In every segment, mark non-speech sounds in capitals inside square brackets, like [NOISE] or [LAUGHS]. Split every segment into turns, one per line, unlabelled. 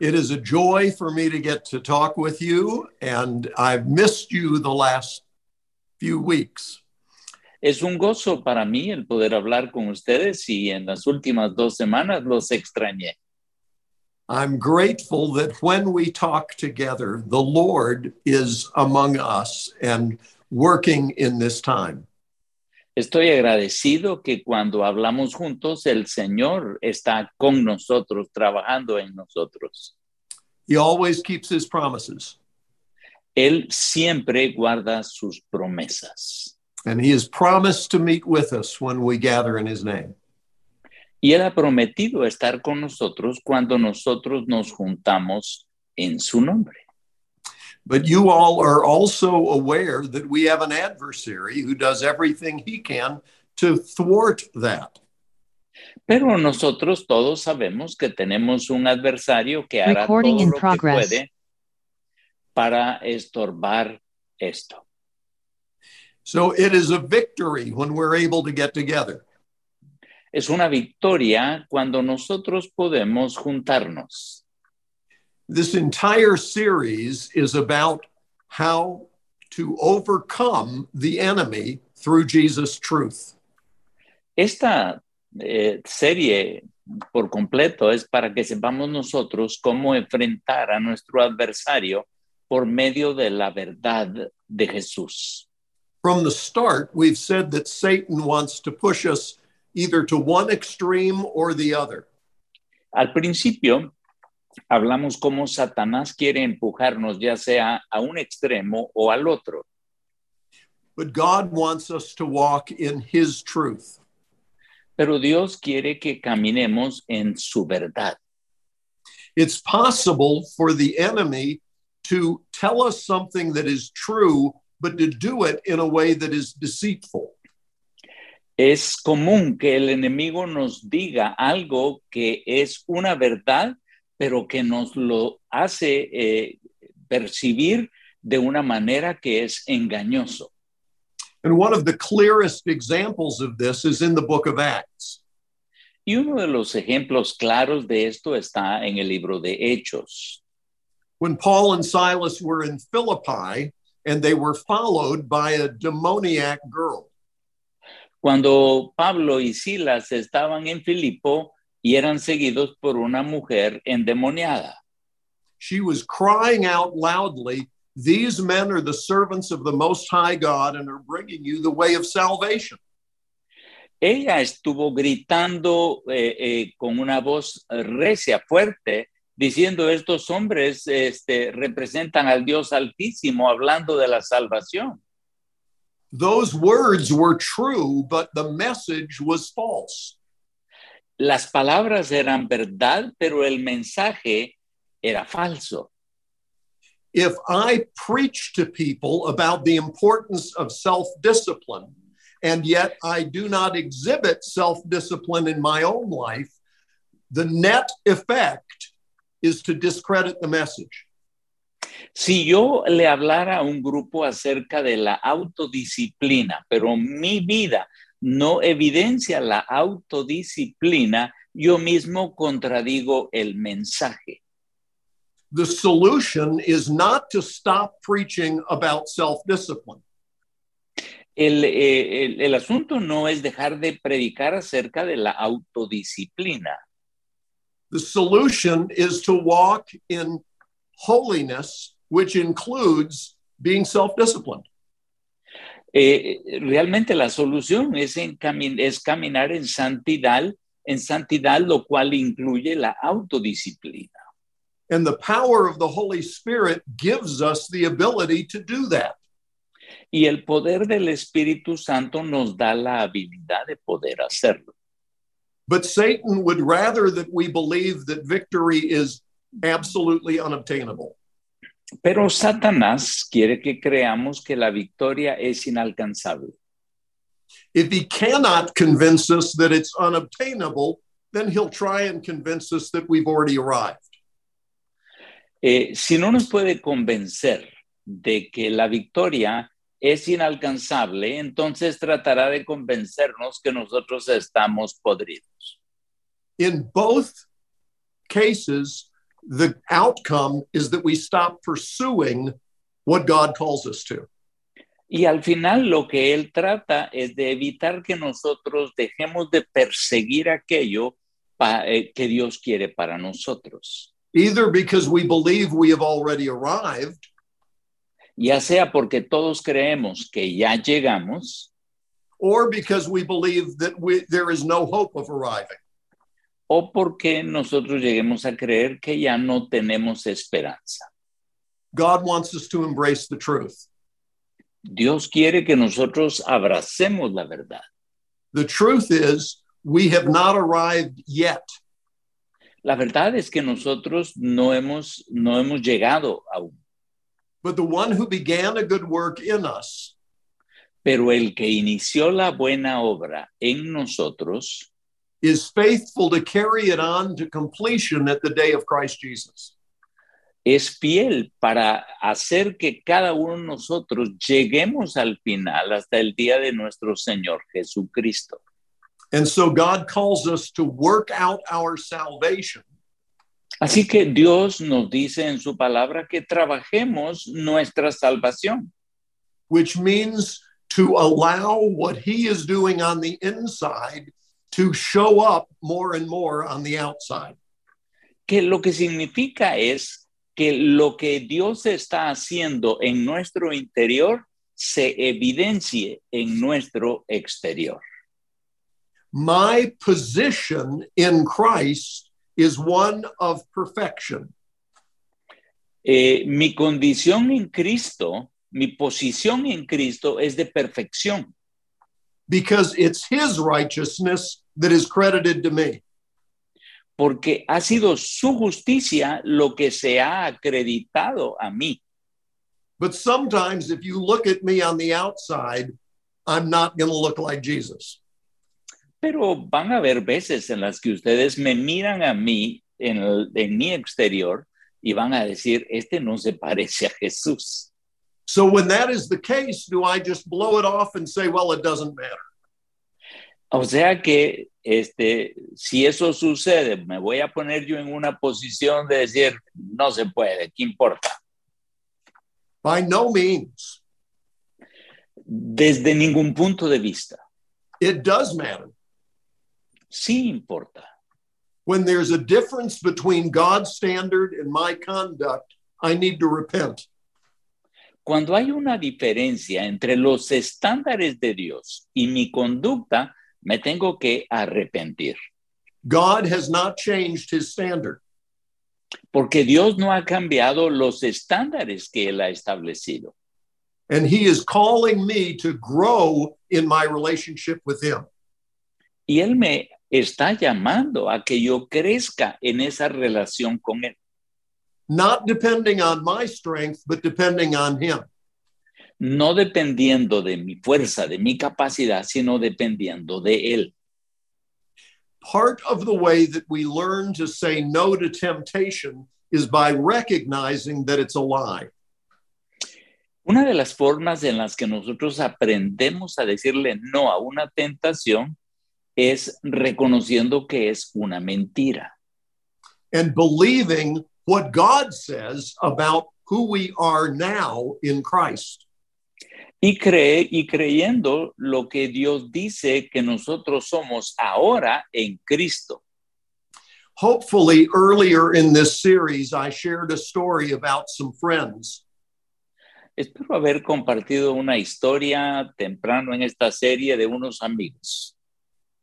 It is a joy for me to get to talk with you, and I've missed you the last few weeks.
Es un gozo para mí el poder hablar con ustedes y en las últimas dos semanas los extrañé.
I'm grateful that when we talk together, the Lord is among us and working in this time.
Estoy agradecido que cuando hablamos juntos, el Señor está con nosotros, trabajando en nosotros.
He always keeps his promises,
Él siempre guarda sus promesas.
and he has promised to meet with us when we gather in his name.
Y Él ha prometido estar con nosotros cuando nosotros nos juntamos en su nombre.
But you all are also aware that we have an adversary who does everything he can to thwart that.
Pero nosotros todos sabemos que tenemos un adversario que hará
Recording
todo
in
lo
progress.
que puede para estorbar esto.
So it is a victory when we're able to get together.
Es una victoria cuando nosotros podemos juntarnos.
This entire series is about how to overcome the enemy through Jesus' truth.
Esta eh, serie por completo es para que sepamos nosotros cómo enfrentar a nuestro adversario por medio de la verdad de Jesús.
From the start, we've said that Satan wants to push us either to one extreme or the other.
Al principio hablamos cómo Satanás quiere empujarnos ya sea a un extremo o al otro,
But God wants us to walk in his truth.
pero Dios quiere que caminemos en su verdad.
It's possible for the enemy to tell us something that is true, but to do it in a way that is deceitful.
Es común que el enemigo nos diga algo que es una verdad, pero que nos lo hace eh, percibir de una manera que es engañoso.
And one of the clearest examples of this is in the book of Acts.
Y uno de los ejemplos claros de esto está en el libro de Hechos.
When Paul and Silas were in Philippi and they were followed by a demoniac girl.
Cuando Pablo y Silas estaban en Filipo y eran seguidos por una mujer endemoniada.
She was crying out loudly, These men are the servants of the Most High God and are bringing you the way of salvation.
ella estuvo gritando eh, eh, con una voz recia, fuerte, diciendo estos hombres este, representan al Dios Altísimo, hablando de la salvación.
Those words were true, but the message was false.
Las palabras eran verdad, pero el mensaje era falso.
If I preach to people about the importance of self discipline, and yet I do not exhibit self discipline in my own life, the net effect is to discredit the message.
Si yo le hablara a un grupo acerca de la autodisciplina, pero mi vida no evidencia la autodisciplina, yo mismo contradigo el mensaje.
The solution is not to stop preaching about self discipline.
El, eh, el- el asunto no es dejar de predicar acerca de la autodisciplina.
The solution is to walk in holiness, which includes being self disciplined.
Eh, eh, realmente la solución es, en cami- es caminar en santidad, en santidad, lo cual incluye la autodisciplina.
And the power of the Holy Spirit gives us the ability to do that.
Y el poder del Espíritu Santo nos da la habilidad de poder hacerlo.
But Satan would rather that we believe that victory is absolutely unobtainable.
Pero Satanás quiere que creamos que la victoria es inalcanzable.
If he cannot convince us that it's unobtainable, then he'll try and convince us that we've already arrived.
Eh, si no nos puede convencer de que la victoria es inalcanzable, entonces tratará de convencernos que nosotros estamos podridos.
In both cases, the outcome is that we stop pursuing what God calls us to.
Y al final lo que él trata es de evitar que nosotros dejemos de perseguir aquello pa- eh, que Dios quiere para nosotros.
Either because we believe we have already arrived,
Ya sea porque todos creemos que ya llegamos
or because we believe that we, there is no hope of arriving.
o porque nosotros lleguemos a creer que ya no tenemos esperanza.
God wants us to embrace the truth.
Dios quiere que nosotros abracemos la verdad.
The truth is, we have not arrived yet.
La verdad es que nosotros no hemos, no hemos llegado aún,
But the one who began a good work in us
pero el que inició la buena obra en nosotros
is faithful to carry it on to completion at the day of Christ Jesus.
es fiel para hacer que cada uno de nosotros lleguemos al final hasta el día de nuestro Señor Jesucristo.
And so God calls us to work out our salvation
Así que Dios nos dice en su palabra que trabajemos nuestra salvación.
which means to allow what he is doing on the inside to show up more and more on the outside.
que lo que significa es que lo que Dios está haciendo en nuestro interior se evidencie en nuestro exterior.
My position in Christ is one of perfection.
Eh, mi condición en Cristo, mi posición en Cristo es de perfección,
because it's his righteousness that is credited to me.
porque ha sido su justicia lo que se ha acreditado a mí.
But sometimes if you look at me on the outside, I'm not going to look like Jesus.
Pero van a haber veces en las que ustedes me miran a mí en, el- en mi exterior y van a decir, este no se parece a Jesús.
So when that is the case, do I just blow it off and say, well, it doesn't matter?
O sea que este, si eso sucede, me voy a poner yo en una posición de decir, no se puede, ¿qué importa?
By no means.
Desde ningún punto de vista,
It does matter.
sí importa.
When there's a difference between God's standard and my conduct, I need to repent.
Cuando hay una diferencia entre los estándares de Dios y mi conducta, me tengo que arrepentir,
God has not changed his standard.
porque Dios no ha cambiado los estándares que Él ha establecido.
And he is calling me to grow in my relationship with him.
Y Él me está llamando a que yo crezca en esa relación con Él.
not depending on my strength, but depending on Him.
no dependiendo de mi fuerza, de mi capacidad, sino dependiendo de Él.
Part of the way that we learn to say no to temptation is by recognizing that it's a lie.
Una de las formas en las que nosotros aprendemos a decirle no a una tentación es reconociendo que es una mentira
And believing what God says about who we are now in Christ.
y, cree, y creyendo lo que Dios dice que nosotros somos ahora en Cristo.
Hopefully, earlier in this series, I shared a story about some friends
Espero haber compartido una historia temprano en esta serie de unos amigos.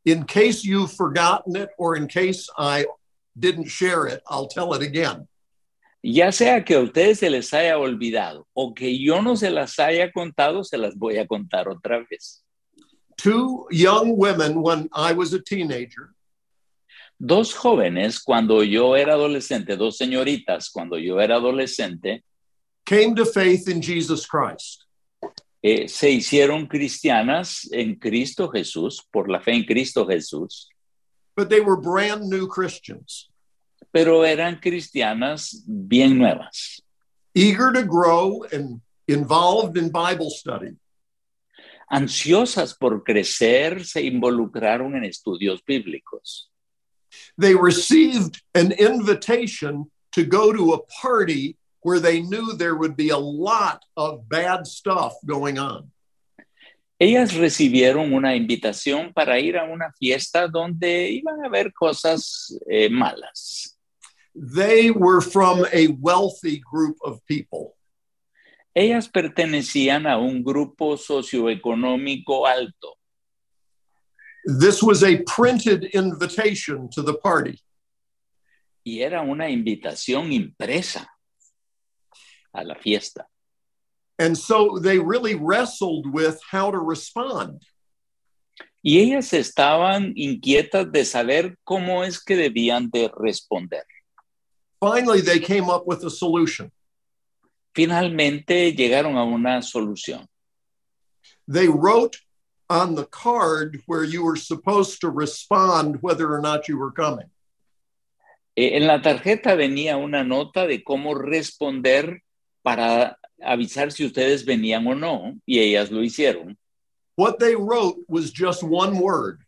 in case you've forgotten it or in case I didn't share it, I'll tell it again.
Ya sea que a ustedes se les haya olvidado o que yo no se las haya contado, se las voy a contar otra vez.
Two young women, when I was a teenager,
Dos jóvenes, cuando yo era adolescente, dos señoritas, cuando yo era adolescente,
came to faith in Jesus Christ.
eh, se hicieron cristianas en Cristo Jesús, por la fe en Cristo Jesús,
But they were brand new Christians,
pero eran cristianas bien nuevas,
eager to grow and involved in Bible study.
ansiosas por crecer, se involucraron en estudios bíblicos.
They received an invitation to go to a party where they knew there would be a lot of bad stuff going on.
Ellas recibieron una invitación para ir a una fiesta donde iban a haber cosas eh, malas.
They were from a wealthy group of people.
Ellas pertenecían a un grupo socioeconómico alto.
This was a printed invitation to the party.
y era una invitación impresa a la fiesta.
And so they really wrestled with how to respond.
Y ellas estaban inquietas de saber cómo es que debían de responder.
Finally, they came up with a solution.
Finalmente llegaron a una solución.
They wrote on the card where you were supposed to respond whether or not you were coming.
Eh, en la tarjeta venía una nota de cómo responder para avisar si ustedes venían o no, y ellas lo hicieron.
What they wrote was just one word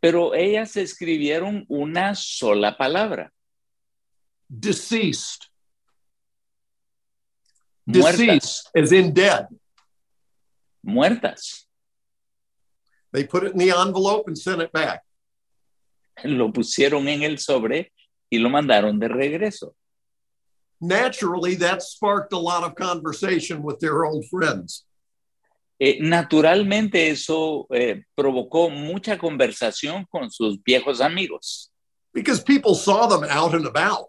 Pero ellas escribieron una sola palabra,
deceased.
muertas,
Deceased, as in dead.
muertas.
They put it in the envelope and sent it back.
Lo pusieron en el sobre y lo mandaron de regreso.
Naturally, that sparked a lot of conversation with their old friends.
Eh, naturalmente eso eh, provocó mucha conversación con sus viejos amigos,
because people saw them out and about.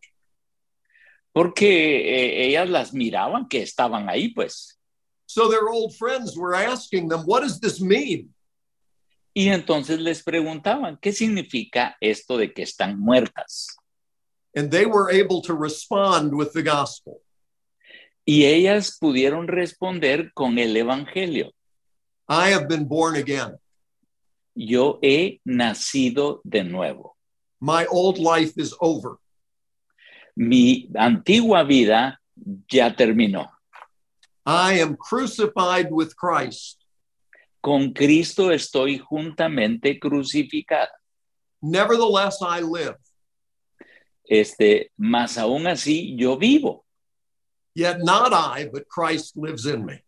porque eh, ellas las miraban que estaban ahí, pues.
So their old friends were asking them, What does this mean?
Y entonces les preguntaban, ¿qué significa esto de que están muertas?
And they were able to respond with the gospel.
Y ellas pudieron responder con el Evangelio,
I have been born again.
yo he nacido de nuevo.
My old life is over.
Mi antigua vida ya terminó.
I am crucified with Christ.
Con Cristo estoy juntamente crucificada.
Nevertheless, I live.
este, más aún así yo vivo.
Yet not I, but Christ lives in me.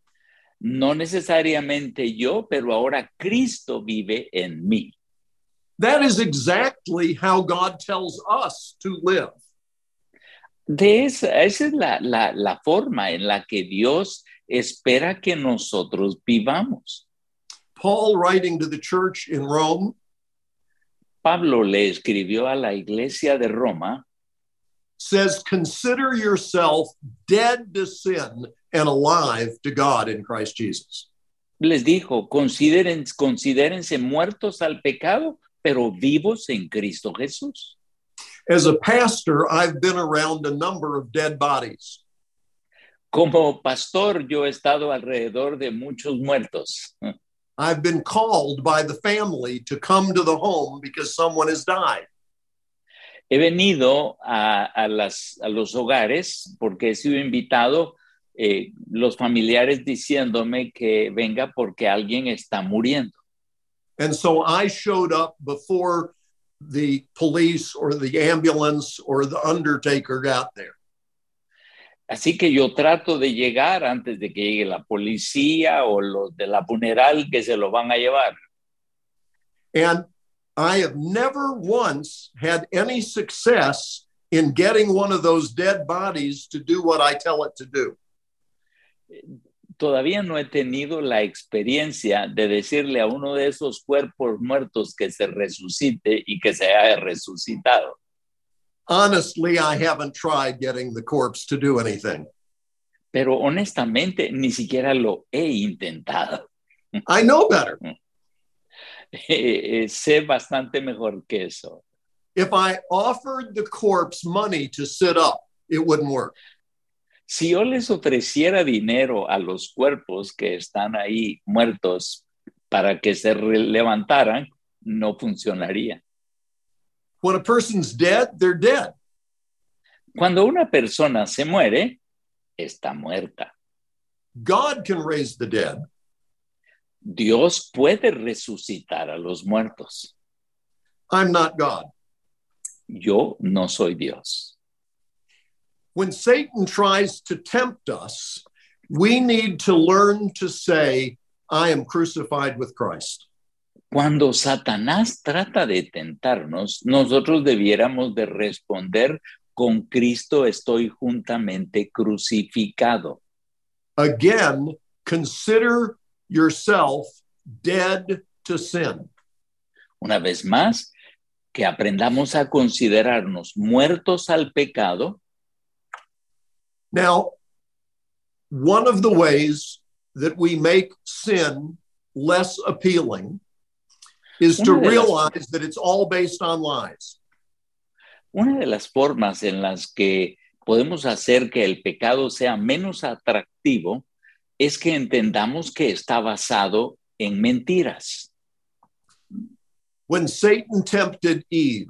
No necesariamente yo, pero ahora Cristo vive en mí.
That is exactly how God tells us to live.
De esa, esa es la, la- la forma en la que Dios espera que nosotros vivamos.
Paul, writing to the church in Rome,
Pablo le escribió a la iglesia de Roma,
says, Consider yourself dead to sin and alive to God in Christ Jesus.
les dijo, "Consideren- considérense muertos al pecado, pero vivos en Cristo Jesús.
As a pastor, I've been around a number of dead bodies.
Como pastor yo he estado alrededor de muchos muertos.
I've been called by the family to come to the home because someone has died.
he venido a, a las- a los hogares porque he sido invitado, eh, los familiares diciéndome que venga porque alguien está muriendo.
And so I showed up before the police or the ambulance or the undertaker got there.
Así que yo trato de llegar antes de que llegue la policía o los de la funeral que se lo van a llevar.
And I have never once had any success in getting one of those dead bodies to do what I tell it to do.
Todavía no he tenido la experiencia de decirle a uno de esos cuerpos muertos que se resucite y que se haya resucitado.
Honestly, I haven't tried getting the corpse to do anything.
Pero honestamente, ni siquiera lo he intentado.
I know better.
Eh, eh, sé bastante mejor que eso.
If I offered the corpse money to sit up, it wouldn't work.
Si yo les ofreciera dinero a los cuerpos que están ahí muertos para que se re- levantaran, no funcionaría.
When a person's dead, they're dead.
Cuando una persona se muere, está muerta.
God can raise the dead.
Dios puede resucitar a los muertos.
I'm not God.
Yo no soy Dios.
when Satan tries to tempt us, we need to learn to say, I am crucified with Christ.
Cuando Satanás trata de tentarnos, nosotros debiéramos de responder, con Cristo estoy juntamente crucificado.
Again, consider yourself dead to sin.
Una vez más, que aprendamos a considerarnos muertos al pecado.
Now, one of the ways that we make sin less appealing is to
Una de las-
realize that it's all based on lies.
Una de las formas en las que podemos hacer que el pecado sea menos atractivo es que entendamos que está basado en mentiras.
When Satan tempted Eve,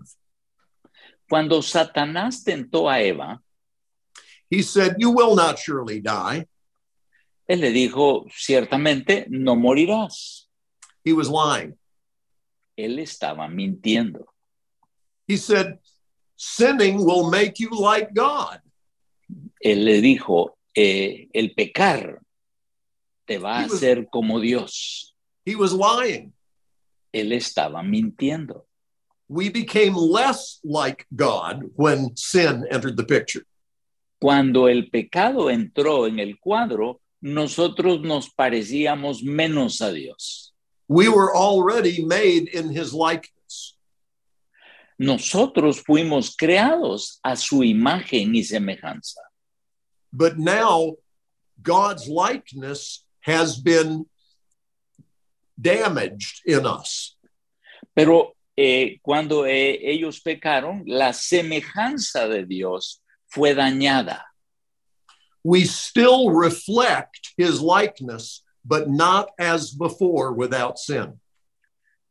Cuando Satanás tentó a Eva,
he said, You will not surely die.
él le dijo, ciertamente no morirás.
He was lying.
Él estaba mintiendo.
He said, Sinning will make you like God.
Él le dijo, "Eh, el pecar te va
He
a
was-
hacer como Dios.
He was lying.
Él estaba mintiendo.
We became less like God when sin entered the picture.
Cuando el pecado entró en el cuadro, nosotros nos parecíamos menos a Dios.
We were already made in his likeness.
Nosotros fuimos creados a su imagen y semejanza,
But now God's likeness has been damaged in us.
pero eh, cuando eh, ellos pecaron, la semejanza de Dios fue dañada.
We still reflect his likeness, but not as before without sin.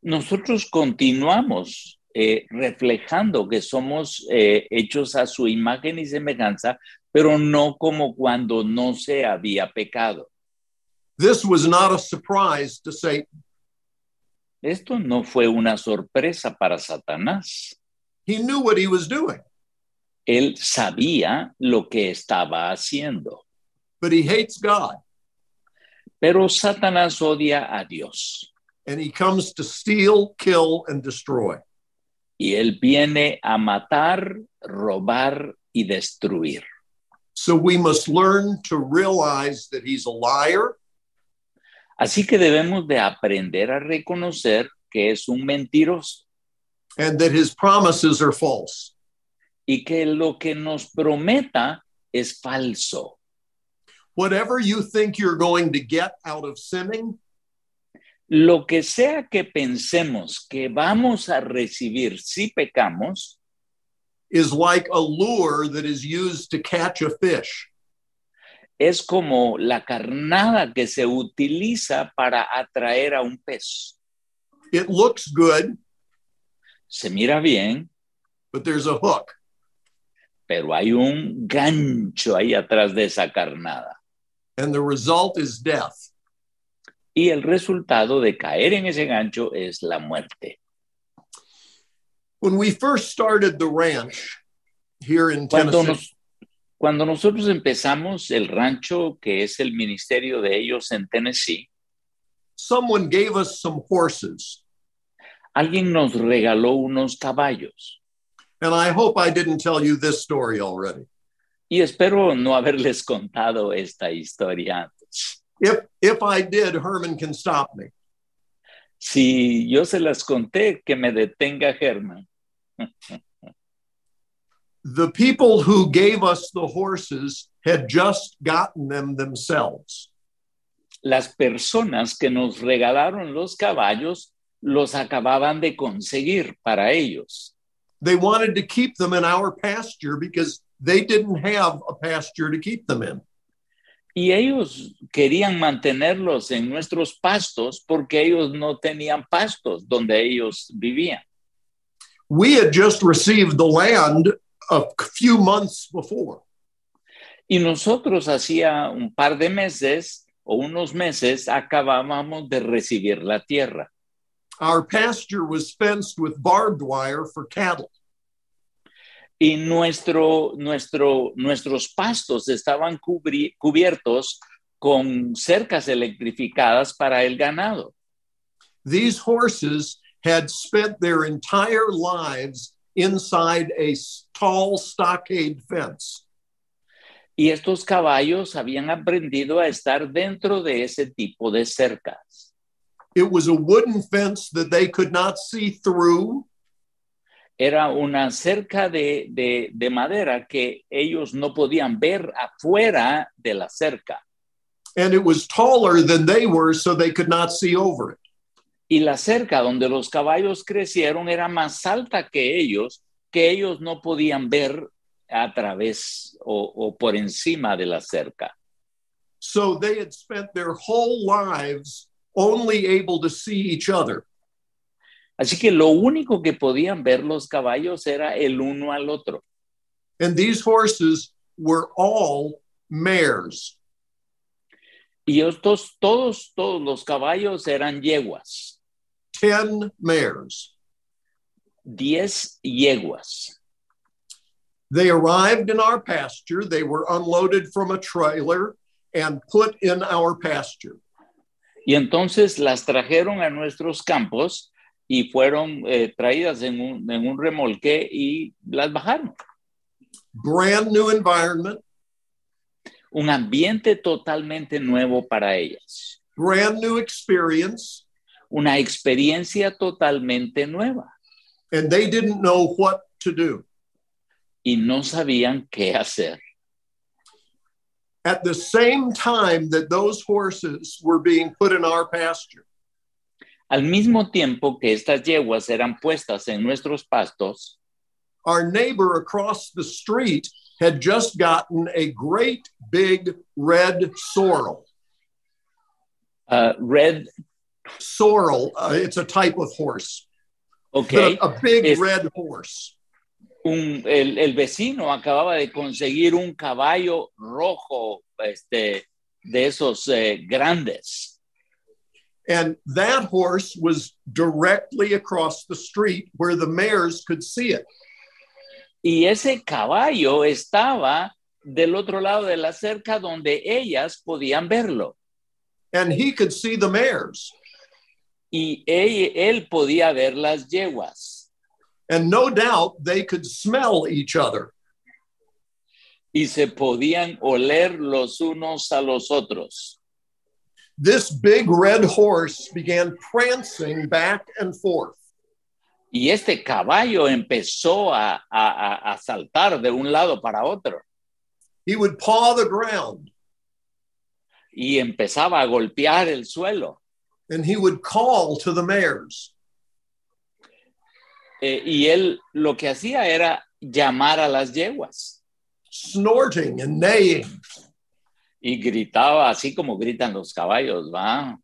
Nosotros continuamos eh, reflejando que somos eh, hechos a su imagen y semejanza, pero no como cuando no se había pecado.
This was not a surprise to Satan.
Esto no fue una sorpresa para Satanás.
He knew what he was doing,
Él sabía lo que estaba haciendo,
but he hates God
pero Satanás odia a Dios
and he comes to steal, kill, and destroy.
y él viene a matar, robar y destruir.
So we must learn to realize that he's a liar
Así que debemos de aprender a reconocer que es un mentiroso
and that his promises are false.
y que lo que nos prometa es falso.
Whatever you think you're going to get out of sinning,
Lo que sea que pensemos que vamos a recibir si pecamos,
is like a lure that is used to catch a fish.
es como la carnada que se utiliza para atraer a un pez.
It looks good,
Se mira bien,
but there's a hook.
pero hay un gancho ahí atrás de esa carnada.
and the result is death.
Y el resultado de caer en ese gancho es la muerte.
When we first started the ranch here in
Cuando,
Tennessee,
nos- cuando nosotros empezamos el rancho, que es el ministerio de ellos en Tennessee,
someone gave us some horses,
alguien nos regaló unos caballos.
and I hope I didn't tell you this story already.
Y espero no haberles contado esta historia antes.
If if I did, Herman can stop me.
Si yo se las conté, que me detenga Germán.
The people who gave us the horses had just gotten them themselves.
Las personas que nos regalaron los caballos los acababan de conseguir para ellos.
They wanted to keep them in our pasture because they didn't have a pasture to keep them in.
Y ellos querían mantenerlos en nuestros pastos porque ellos no tenían pastos donde ellos vivían.
We had just received the land a few months before.
Y nosotros hacía un par de meses o unos meses acabábamos de recibir la tierra.
Our pasture was fenced with barbed wire for cattle.
y nuestro, nuestro, nuestros pastos estaban cubri, cubiertos con cercas electrificadas para el ganado.
These horses had spent their entire lives inside a tall stockade fence.
Y estos caballos habían aprendido a estar dentro de ese tipo de cercas.
It was a wooden fence that they could not see through.
Era una cerca de, de, de madera que ellos no podían ver afuera de la cerca.
And it was taller than they were, so they could not see over it.
y la cerca donde los caballos crecieron era más alta que ellos, que ellos no podían ver a través o, o, por encima de la cerca.
So they had spent their whole lives only able to see each other.
Así que lo único que podían ver los caballos era el uno al otro.
And these horses were all mares.
Y estos, todos, todos los caballos eran yeguas.
10 mares.
10 yeguas.
They arrived in our pasture. They were unloaded from a trailer and put in our pasture.
Y entonces las trajeron a nuestros campos y fueron eh, traídas en un, en un remolque y las bajaron.
Brand new environment,
Un ambiente totalmente nuevo para ellas.
brand new experience,
Una experiencia totalmente nueva.
and they didn't know what to do.
Y no sabían qué hacer.
At the same time that those horses were being put in our pasture,
Al mismo tiempo que estas yeguas eran puestas en nuestros pastos,
our neighbor across the street had just gotten a great big red sorrel.
ah, Red,
Sorrel, uh, it's a type of horse,
ok.
but a, a big
It's-
red horse.
un- el, el vecino acababa de conseguir un caballo rojo este, de esos eh, grandes.
And that horse was directly across the street where the mares could see it.
Y ese caballo estaba del otro lado de la cerca donde ellas podían verlo.
And he could see the mares.
Y él, él podía ver las yeguas.
And no doubt they could smell each other.
Y se podían oler los unos a los otros.
This big red horse began prancing back and forth.
Y este caballo empezó a, a- a- a saltar de un lado para otro
He would paw the ground
y empezaba a golpear el suelo.
and he would call to the mares.
Eh, y él lo que hacía era llamar a las yeguas
snorting and neighing.
y gritaba así como gritan los caballos, ¿va?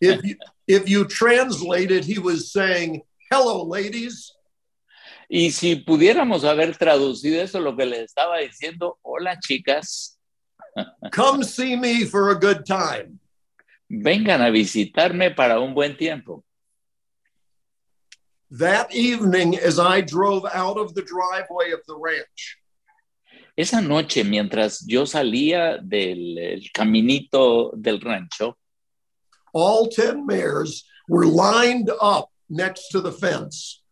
If you, if you translate it, he was saying, Hello, ladies.
Y si pudiéramos haber traducido eso, lo que les estaba diciendo, hola chicas,
Come see me for a good time.
vengan a visitarme para un buen tiempo.
That evening, as I drove out of the driveway of the ranch,
Esa noche, mientras yo salía del el caminito del rancho,
all 10 mares were lined up next to the fence.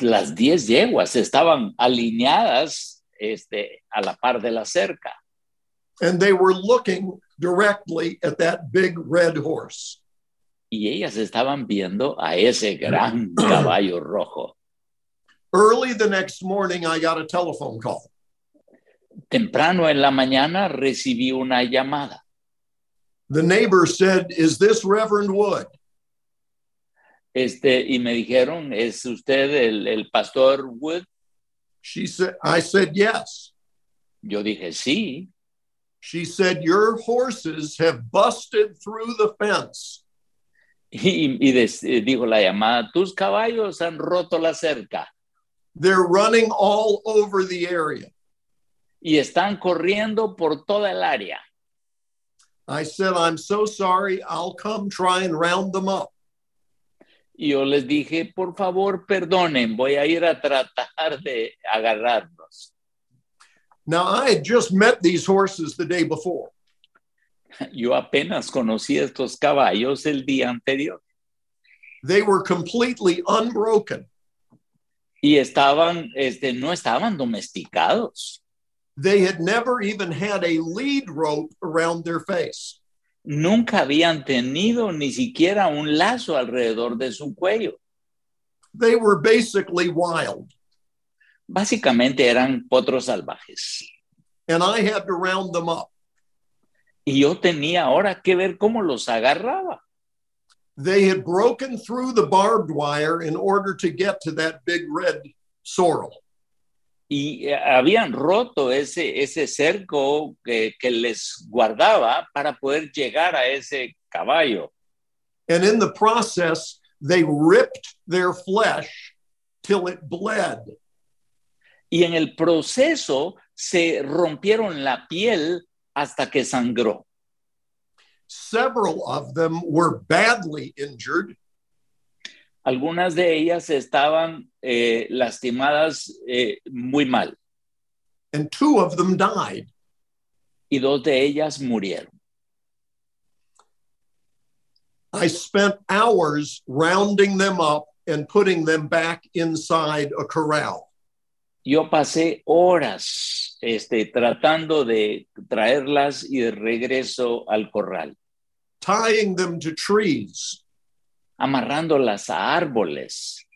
las 10 yeguas estaban alineadas este, a la par de la cerca.
And they were looking directly at that big red horse.
y ellas estaban viendo a ese gran caballo rojo.
Early the next morning, I got a telephone call.
Temprano en la mañana recibí una llamada.
The neighbor said, Is this Reverend Wood?
Este, y me dijeron, ¿es usted el, el pastor Wood?
She said, I said, Yes.
Yo dije, sí. [LAUGHS]
She said, Your horses have busted through the fence.
Y, y des- eh, dijo la llamada, tus caballos han roto la cerca
They're running all over the area.
y están corriendo por toda el área.
I said, I'm so sorry. I'll come try and round them up.
Y yo les dije, por favor, perdonen, voy a ir a tratar de agarrarlos. [LAUGHS]
Now, I had just met these horses the day before,
Yo apenas conocí a estos caballos el día anterior
they were completely unbroken.
y estaban, este, no estaban domesticados.
They had never even had a lead rope around their face.
Nunca habían tenido ni siquiera un lazo alrededor de su cuello.
They were basically wild,
Básicamente eran potros salvajes.
and I had to round them up.
Y yo tenía ahora que ver cómo los agarraba.
They had broken through the barbed wire in order to get to that big red sorrel.
y eh, habían roto ese, ese cerco que, que les guardaba para poder llegar a ese caballo.
And in the process, they ripped their flesh till it bled.
Y en el proceso se rompieron la piel hasta que sangró.
Several of them were badly injured,
Algunas de ellas estaban eh, lastimadas eh, muy mal
and two of them died.
y dos de ellas murieron.
I spent hours rounding them up and putting them back inside a corral.
Yo pasé horas este, tratando de traerlas y de regreso al corral,
tying them to trees,
amarrándolas a árboles,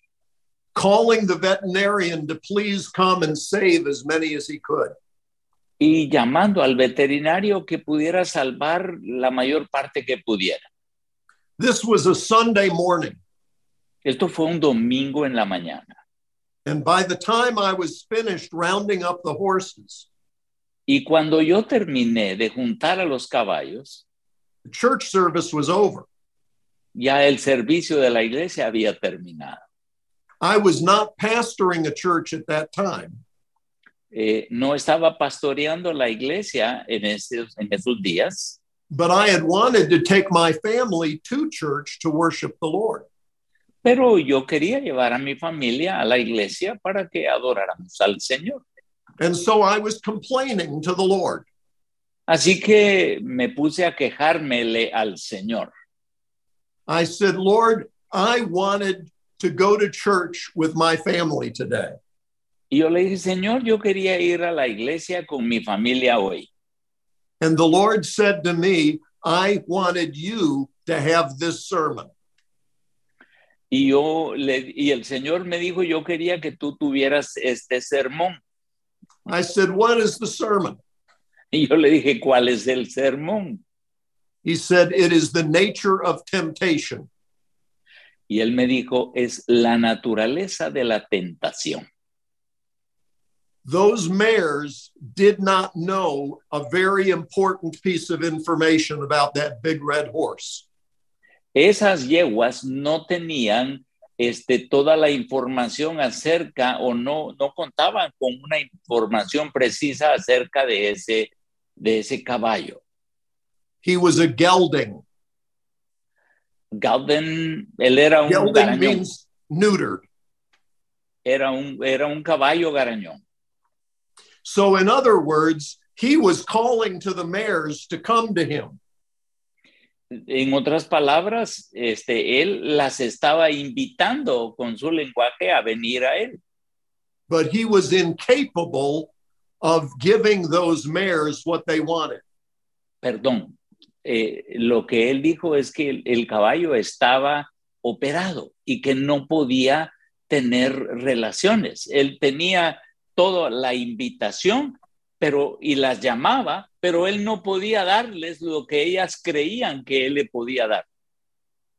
calling the veterinarian to please come and save as many as he could.
y llamando al veterinario que pudiera salvar la mayor parte que pudiera.
This was a Sunday morning,
Esto fue un domingo en la mañana.
and by the time I was finished rounding up the horses,
Y cuando yo terminé de juntar a los caballos,
the church service was over.
ya el servicio de la iglesia había terminado.
I was not pastoring a church at that time,
Eh, no estaba pastoreando la iglesia en esos, en esos días,
but I had wanted to take my family to church to worship the Lord.
pero yo quería llevar a mi familia a la iglesia para que adoráramos al Señor.
And so I was complaining to the Lord.
Así que me puse a quejármele al Señor.
I said, Lord, I wanted to go to church with my family today.
Y yo le dije, Señor, yo quería ir a la iglesia con mi familia hoy.
And the Lord said to me, I wanted you to have this sermon.
Y yo le, y el Señor me dijo, yo quería que tú tuvieras este sermón. [LAUGHS]
I said, What is the sermon?
Y yo le dije, ¿cuál es el sermón?
He said, It is the nature of temptation.
Y él me dijo, es la naturaleza de la tentación.
Those mares did not know a very important piece of information about that big red horse.
Esas yeguas no tenían este, toda la información acerca o no, no contaban con una información precisa acerca de ese, de ese caballo.
He was a gelding.
Galden, él era un
Gelding
garañón.
means neutered.
era un, era un caballo garañón.
So, in other words, he was calling to the mares to come to him.
En otras palabras, este, él las estaba invitando con su lenguaje a venir a él,
but he was incapable of giving those mares what they wanted.
perdón. eh, lo que él dijo es que el, el caballo estaba operado y que no podía tener relaciones. Él tenía toda la invitación pero, y las llamaba, pero él no podía darles lo que ellas creían que él le podía dar.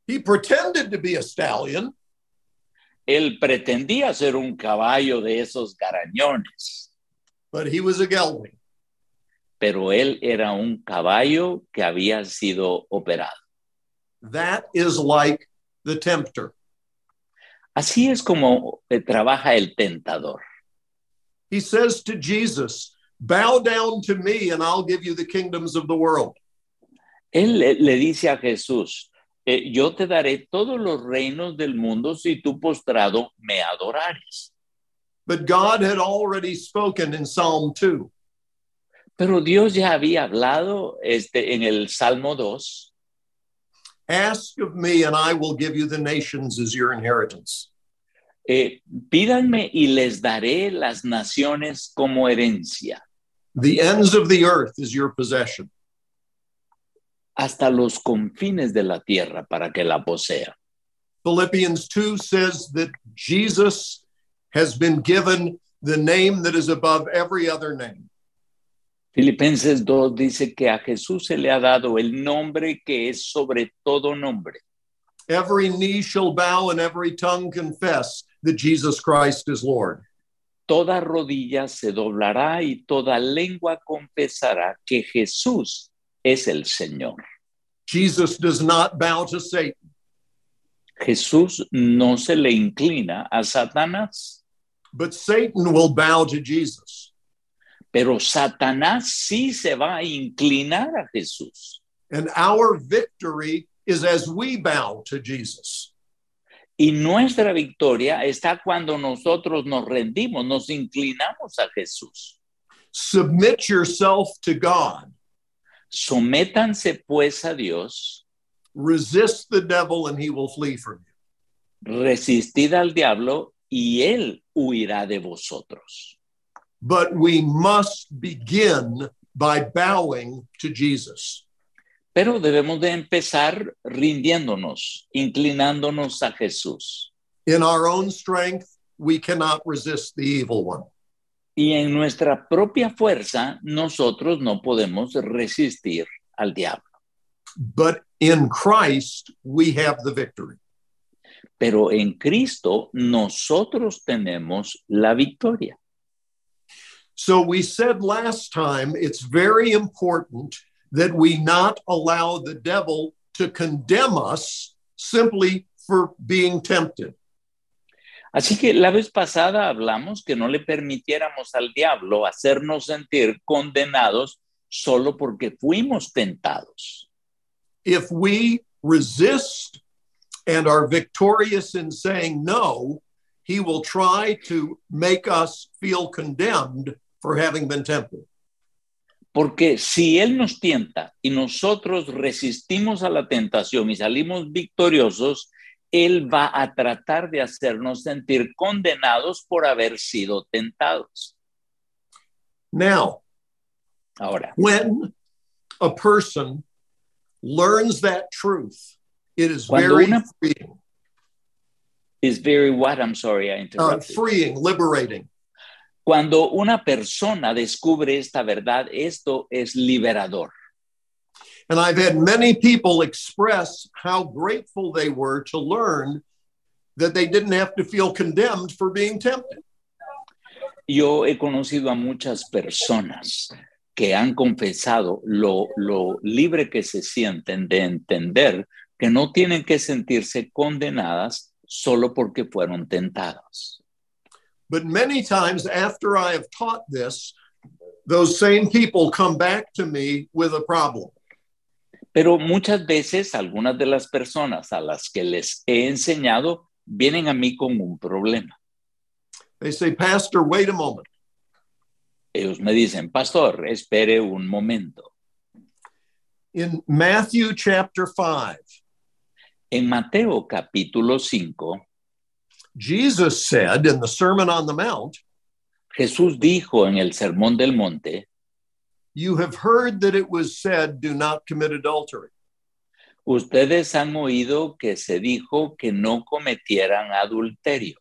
He pretended to be a stallion,
Él pretendía ser un caballo de esos garañones.
but he was a gelding.
pero él era un caballo que había sido operado.
That is like the tempter.
Así es como eh, trabaja el tentador.
He says to Jesus, Bow down to me and I'll give you the kingdoms of the world.
Él le, le dice a Jesús, eh, yo te daré todos los reinos del mundo si tú postrado me adorares.
But God had already spoken in Psalm 2.
Pero Dios ya había hablado este, en el Salmo 2,
Ask of me, and I will give you the nations as your inheritance.
eh, pídanme y les daré las naciones como herencia,
The ends of the earth is your possession.
hasta los confines de la tierra para que la posea.
Philippians 2 says that Jesus has been given the name that is above every other name.
Filipenses 2 dice que a Jesús se le ha dado el nombre que es sobre todo nombre.
Every knee shall bow and every tongue confess that Jesus Christ is Lord.
Toda rodilla se doblará y toda lengua confesará que Jesús es el Señor.
Jesus does not bow to Satan,
Jesús no se le inclina a Satanás,
but Satan will bow to Jesus.
pero Satanás sí se va a inclinar a Jesús.
And our victory is as we bow to Jesus.
Y nuestra victoria está cuando nosotros nos rendimos, nos inclinamos a Jesús.
Submit yourself to God,
Sométanse pues a Dios,
resist the devil, and he will flee from you.
resistid al diablo y él huirá de vosotros.
but we must begin by bowing to Jesus.
Pero debemos de empezar rindiéndonos, inclinándonos a Jesús.
In our own strength, we cannot resist the evil one.
Y en nuestra propia fuerza nosotros no podemos resistir al diablo.
But in Christ, we have the victory.
Pero en Cristo nosotros tenemos la victoria.
So we said last time it's very important that we not allow the devil to condemn us simply for being tempted.
Así que la vez pasada hablamos que no le permitiéramos al diablo hacernos sentir condenados solo porque fuimos tentados.
If we resist and are victorious in saying no, he will try to make us feel condemned for having been tempted.
Porque si Él nos tienta y nosotros resistimos a la tentación y salimos victoriosos, Él va a tratar de hacernos sentir condenados por haber sido tentados.
Now,
Ahora,
when a person learns that truth, it is
Cuando
very
una-
freeing,
it's very what, I'm sorry, I
uh,
interrupted.
freeing, liberating.
Cuando una persona descubre esta verdad, esto es liberador.
And I've had many people express how grateful they were to learn that they didn't have to feel condemned for being tempted.
Yo he conocido a muchas personas que han confesado lo, lo libre que se sienten de entender que no tienen que sentirse condenadas solo porque fueron tentadas.
But many times after I have taught this, those same people come back to me with a problem.
Pero muchas veces algunas de las personas a las que les he enseñado vienen a mí con un problema.
They say, Pastor, wait a moment.
Ellos me dicen, pastor, espere un momento.
In Matthew chapter 5,
En Mateo capítulo 5,
Jesus said in the Sermon on the Mount,
Jesús dijo en el Sermón del Monte,
You have heard that it was said, Do not commit adultery.
Ustedes han oído que se dijo que no cometieran adulterio,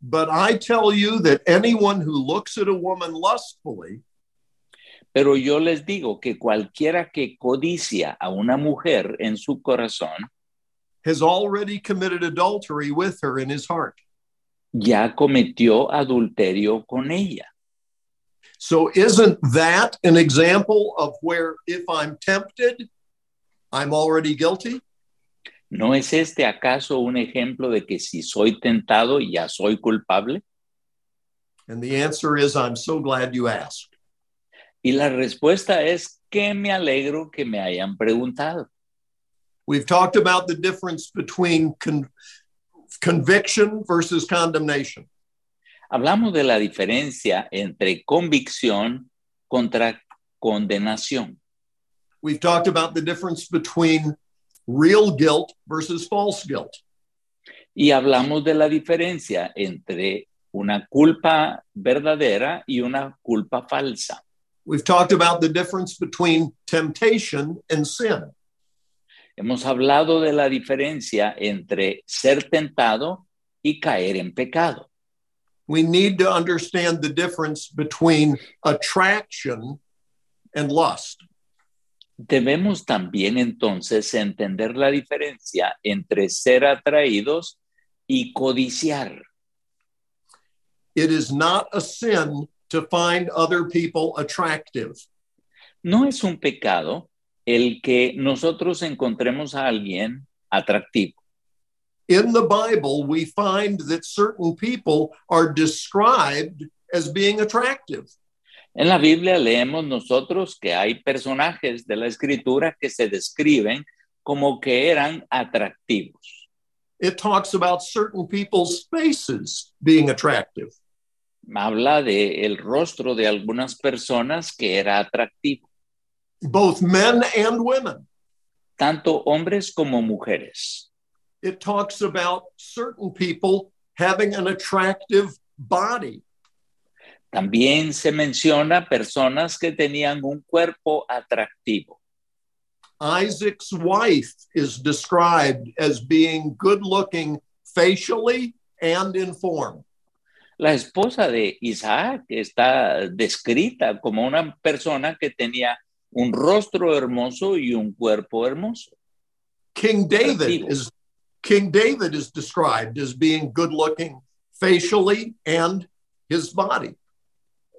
But I tell you that anyone who looks at a woman lustfully
pero yo les digo que cualquiera que codicia a una mujer en su corazón
has already committed adultery with her in his heart.
ya cometió adulterio con ella.
So, isn't that an example of where if I'm tempted, I'm already guilty?
¿No es este acaso un ejemplo de que si soy tentado ya soy culpable?
And the answer is, I'm so glad you asked.
Y la respuesta es que me alegro que me hayan preguntado.
We've talked about the difference between con- conviction versus condemnation.
Hablamos de la diferencia entre convicción contra condenación.
We've talked about the difference between real guilt versus false guilt.
Y hablamos de la diferencia entre una culpa verdadera y una culpa falsa.
We've talked about the difference between temptation and sin.
Hemos hablado de la diferencia entre ser tentado y caer en pecado.
We need to understand the difference between attraction and lust.
Debemos también entonces entender la diferencia entre ser atraídos y codiciar.
It is not a sin to find other people attractive.
No es un pecado el que nosotros encontremos a alguien atractivo.
In the Bible, we find that certain people are described as being attractive.
En la Biblia leemos nosotros que hay personajes de la escritura que se describen como que eran atractivos.
It talks about certain people's faces being attractive.
Habla de el rostro de algunas personas que era atractivo,
both men and women.
tanto hombres como mujeres.
It talks about certain people having an attractive body.
También se menciona personas que tenían un cuerpo atractivo.
Isaac's wife is described as being good looking facially and in form.
La esposa de Isaac está descrita como una persona que tenía un rostro hermoso y un cuerpo hermoso.
King David
Atractivo.
is King David is described as being good looking facially and his body.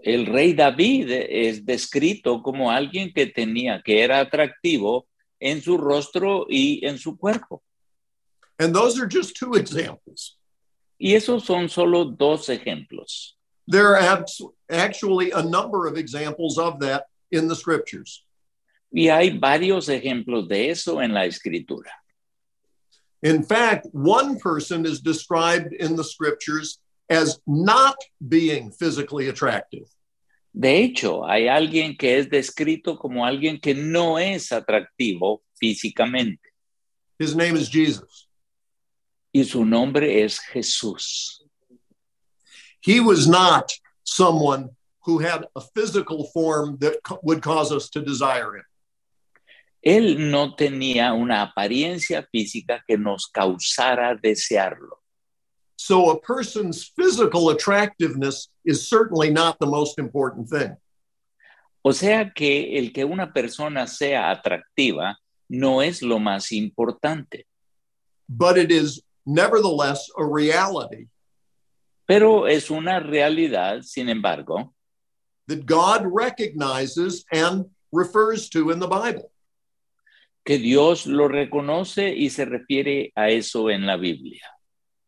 El rey David es descrito como alguien que tenía, que era atractivo en su rostro y en su cuerpo.
And those are just two examples.
Y esos son solo dos ejemplos.
There are abs- actually a number of examples of that in the scriptures.
Y hay varios ejemplos de eso en la escritura.
In fact, one person is described in the scriptures as not being physically attractive.
De hecho, hay alguien que es descrito como alguien que no es atractivo físicamente
His name is Jesus.
y su nombre es Jesús.
He was not someone who had a physical form that co- would cause us to desire him.
Él no tenía una apariencia física que nos causara desearlo.
So a person's physical attractiveness is certainly not the most important thing.
O sea que el que una persona sea atractiva no es lo más importante,
but it is nevertheless a reality
pero es una realidad, sin embargo,
that God recognizes and refers to in the Bible.
que Dios lo reconoce y se refiere a eso en la Biblia.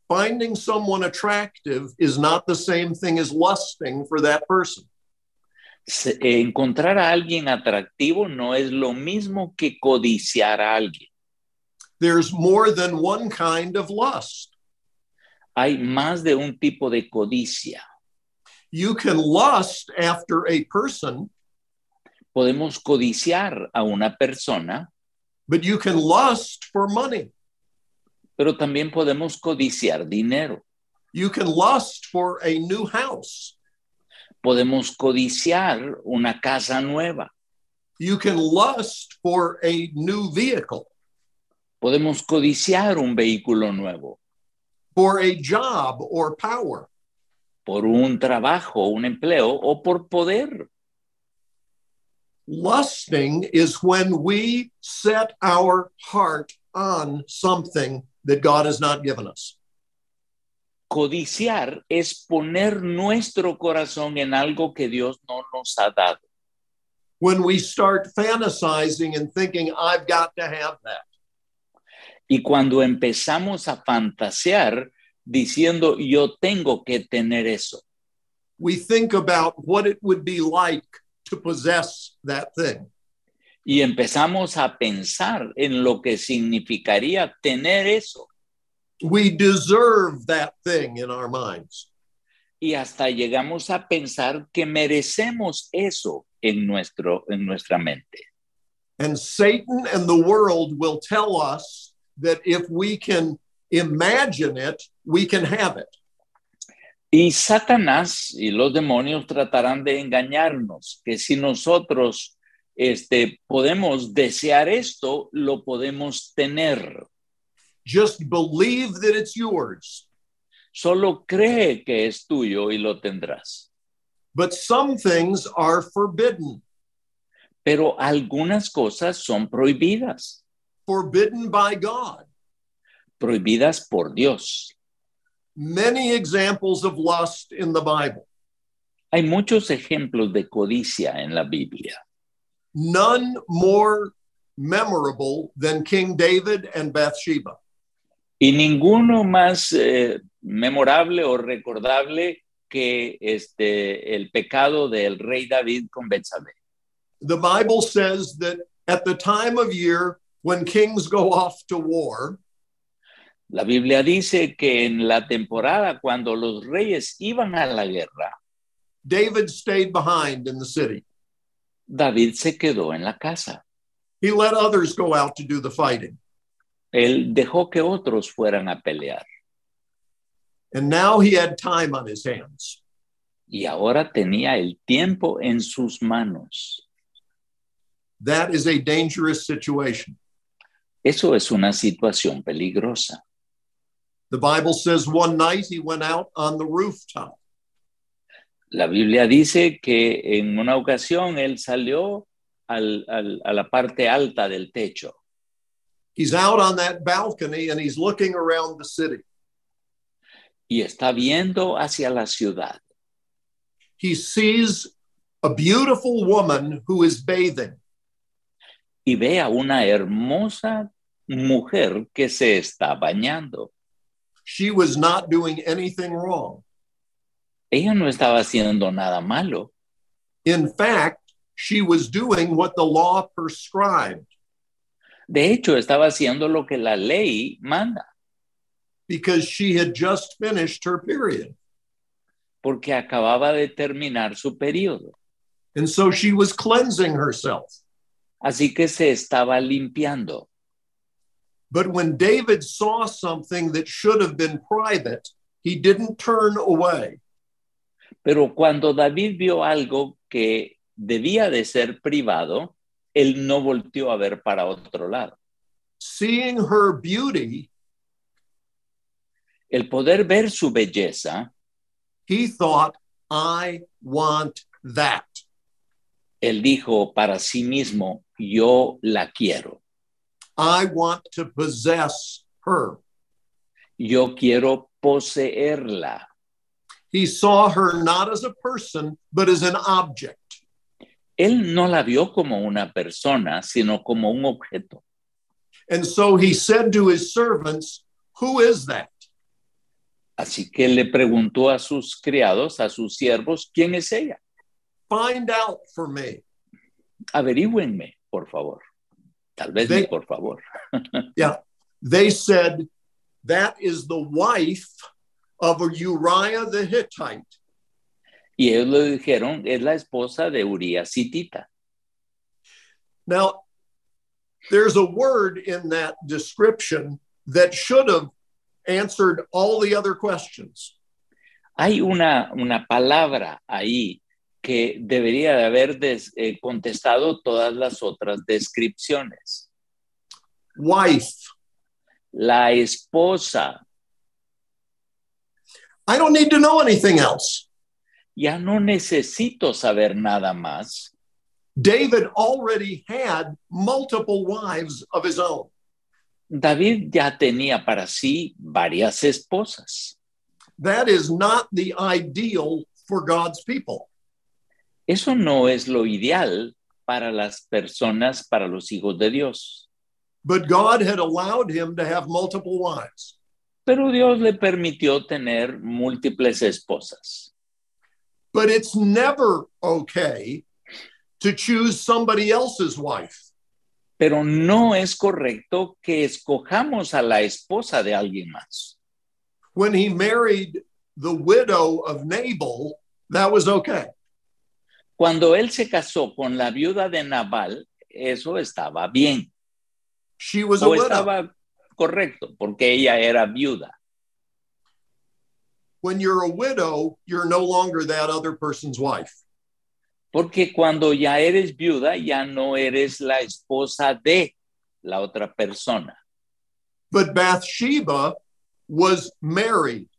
Finding someone attractive is not the same thing as lusting for that person.
Se- eh, Encontrar a alguien atractivo no es lo mismo que codiciar a alguien.
There's more than one kind of lust.
Hay más de un tipo de codicia.
You can lust after a person,
Podemos codiciar a una persona,
but you can lust for money.
pero también podemos codiciar dinero.
You can lust for a new house.
Podemos codiciar una casa nueva.
You can lust for a new vehicle,
Podemos codiciar un vehículo nuevo
for a job or power.
por un trabajo, un empleo o por poder.
Lusting is when we set our heart on something that God has not given us.
Codiciar es poner nuestro corazón en algo que Dios no nos ha dado.
When we start fantasizing and thinking, I've got to have that,
Y cuando empezamos a fantasear diciendo yo tengo que tener eso,
we think about what it would be like to possess that thing.
y empezamos a pensar en lo que significaría tener eso
We deserve that thing in our minds.
y hasta llegamos a pensar que merecemos eso en, nuestro, en nuestra mente.
And Satan and the world will tell us that if we can imagine it, we can have it.
Y Satanás y los demonios tratarán de engañarnos, que si nosotros este, podemos desear esto, lo podemos tener.
Just believe that it's yours.
Solo cree que es tuyo y lo tendrás.
But some things are forbidden
Pero algunas cosas son prohibidas,
forbidden by God.
prohibidas por Dios.
Many examples of lust in the Bible.
Hay muchos ejemplos de codicia en la Biblia.
None more memorable than King David and Bathsheba.
Y ninguno más eh, memorable o recordable que este, el pecado del rey David con Betsabé.
The Bible says that at the time of year when kings go off to war,
La Biblia dice que en la temporada cuando los reyes iban a la guerra,
David stayed behind in the city.
David se quedó en la casa.
He let others go out to do the fighting.
Él dejó que otros fueran a pelear
And now he had time on his hands.
y ahora tenía el tiempo en sus manos.
That is a dangerous situation.
Eso es una situación peligrosa.
The Bible says one night he went out on the rooftop.
La Biblia dice que en una ocasión él salió al- al- a la parte alta del techo.
He's out on that balcony and he's looking around the city.
y está viendo hacia la ciudad
He sees a beautiful woman who is bathing.
y ve a una hermosa mujer que se está bañando.
She was not doing anything wrong.
Ella no estaba haciendo nada malo.
In fact, she was doing what the law prescribed
De hecho, estaba haciendo lo que la ley manda,
because she had just finished her period.
porque acababa de terminar su periodo.
And so she was cleansing herself.
Así que se estaba limpiando.
But when David saw something that should have been private, he didn't turn away.
Pero cuando David vio algo que debía de ser privado, él no volteó a ver para otro lado.
Seeing her beauty,
El poder ver su belleza
he thought, I want that.
él dijo para sí mismo, yo la quiero,
I want to possess her.
yo quiero poseerla.
He saw her not as a person, but as an object.
Él no la vio como una persona, sino como un objeto.
And so he said to his servants, Who is that?
Así que le preguntó a sus criados, a sus siervos, ¿quién es ella?
Find out for me.
Averígüenme, por favor. Tal vez
Ve-
ni por favor.
They said, That is the wife of Uriah the Hittite.
Y ellos le dijeron, es la esposa de Urias Hitita.
Now, there's a word in that description that should have answered all the other questions.
Hay una, una palabra ahí que debería de haber des- eh, contestado todas las otras descripciones.
Wife.
la esposa.
I don't need to know anything else.
Ya no necesito saber nada más.
David already had multiple wives of his own.
David ya tenía para sí varias esposas.
That is not the ideal for God's people.
Eso no es lo ideal para las personas, para los hijos de Dios.
But God had allowed him to have multiple wives.
Pero Dios le permitió tener múltiples esposas.
But it's never okay to choose somebody else's wife.
pero no es correcto que escojamos a la esposa de alguien más.
When he married the widow of Nabal, that was okay.
Cuando él se casó con la viuda de Nabal, eso estaba bien.
She was a
O
widow.
estaba correcto, porque ella era viuda.
When you're a widow, you're no longer that other person's wife.
Porque cuando ya eres viuda, ya no eres la esposa de la otra persona.
But Bathsheba was married.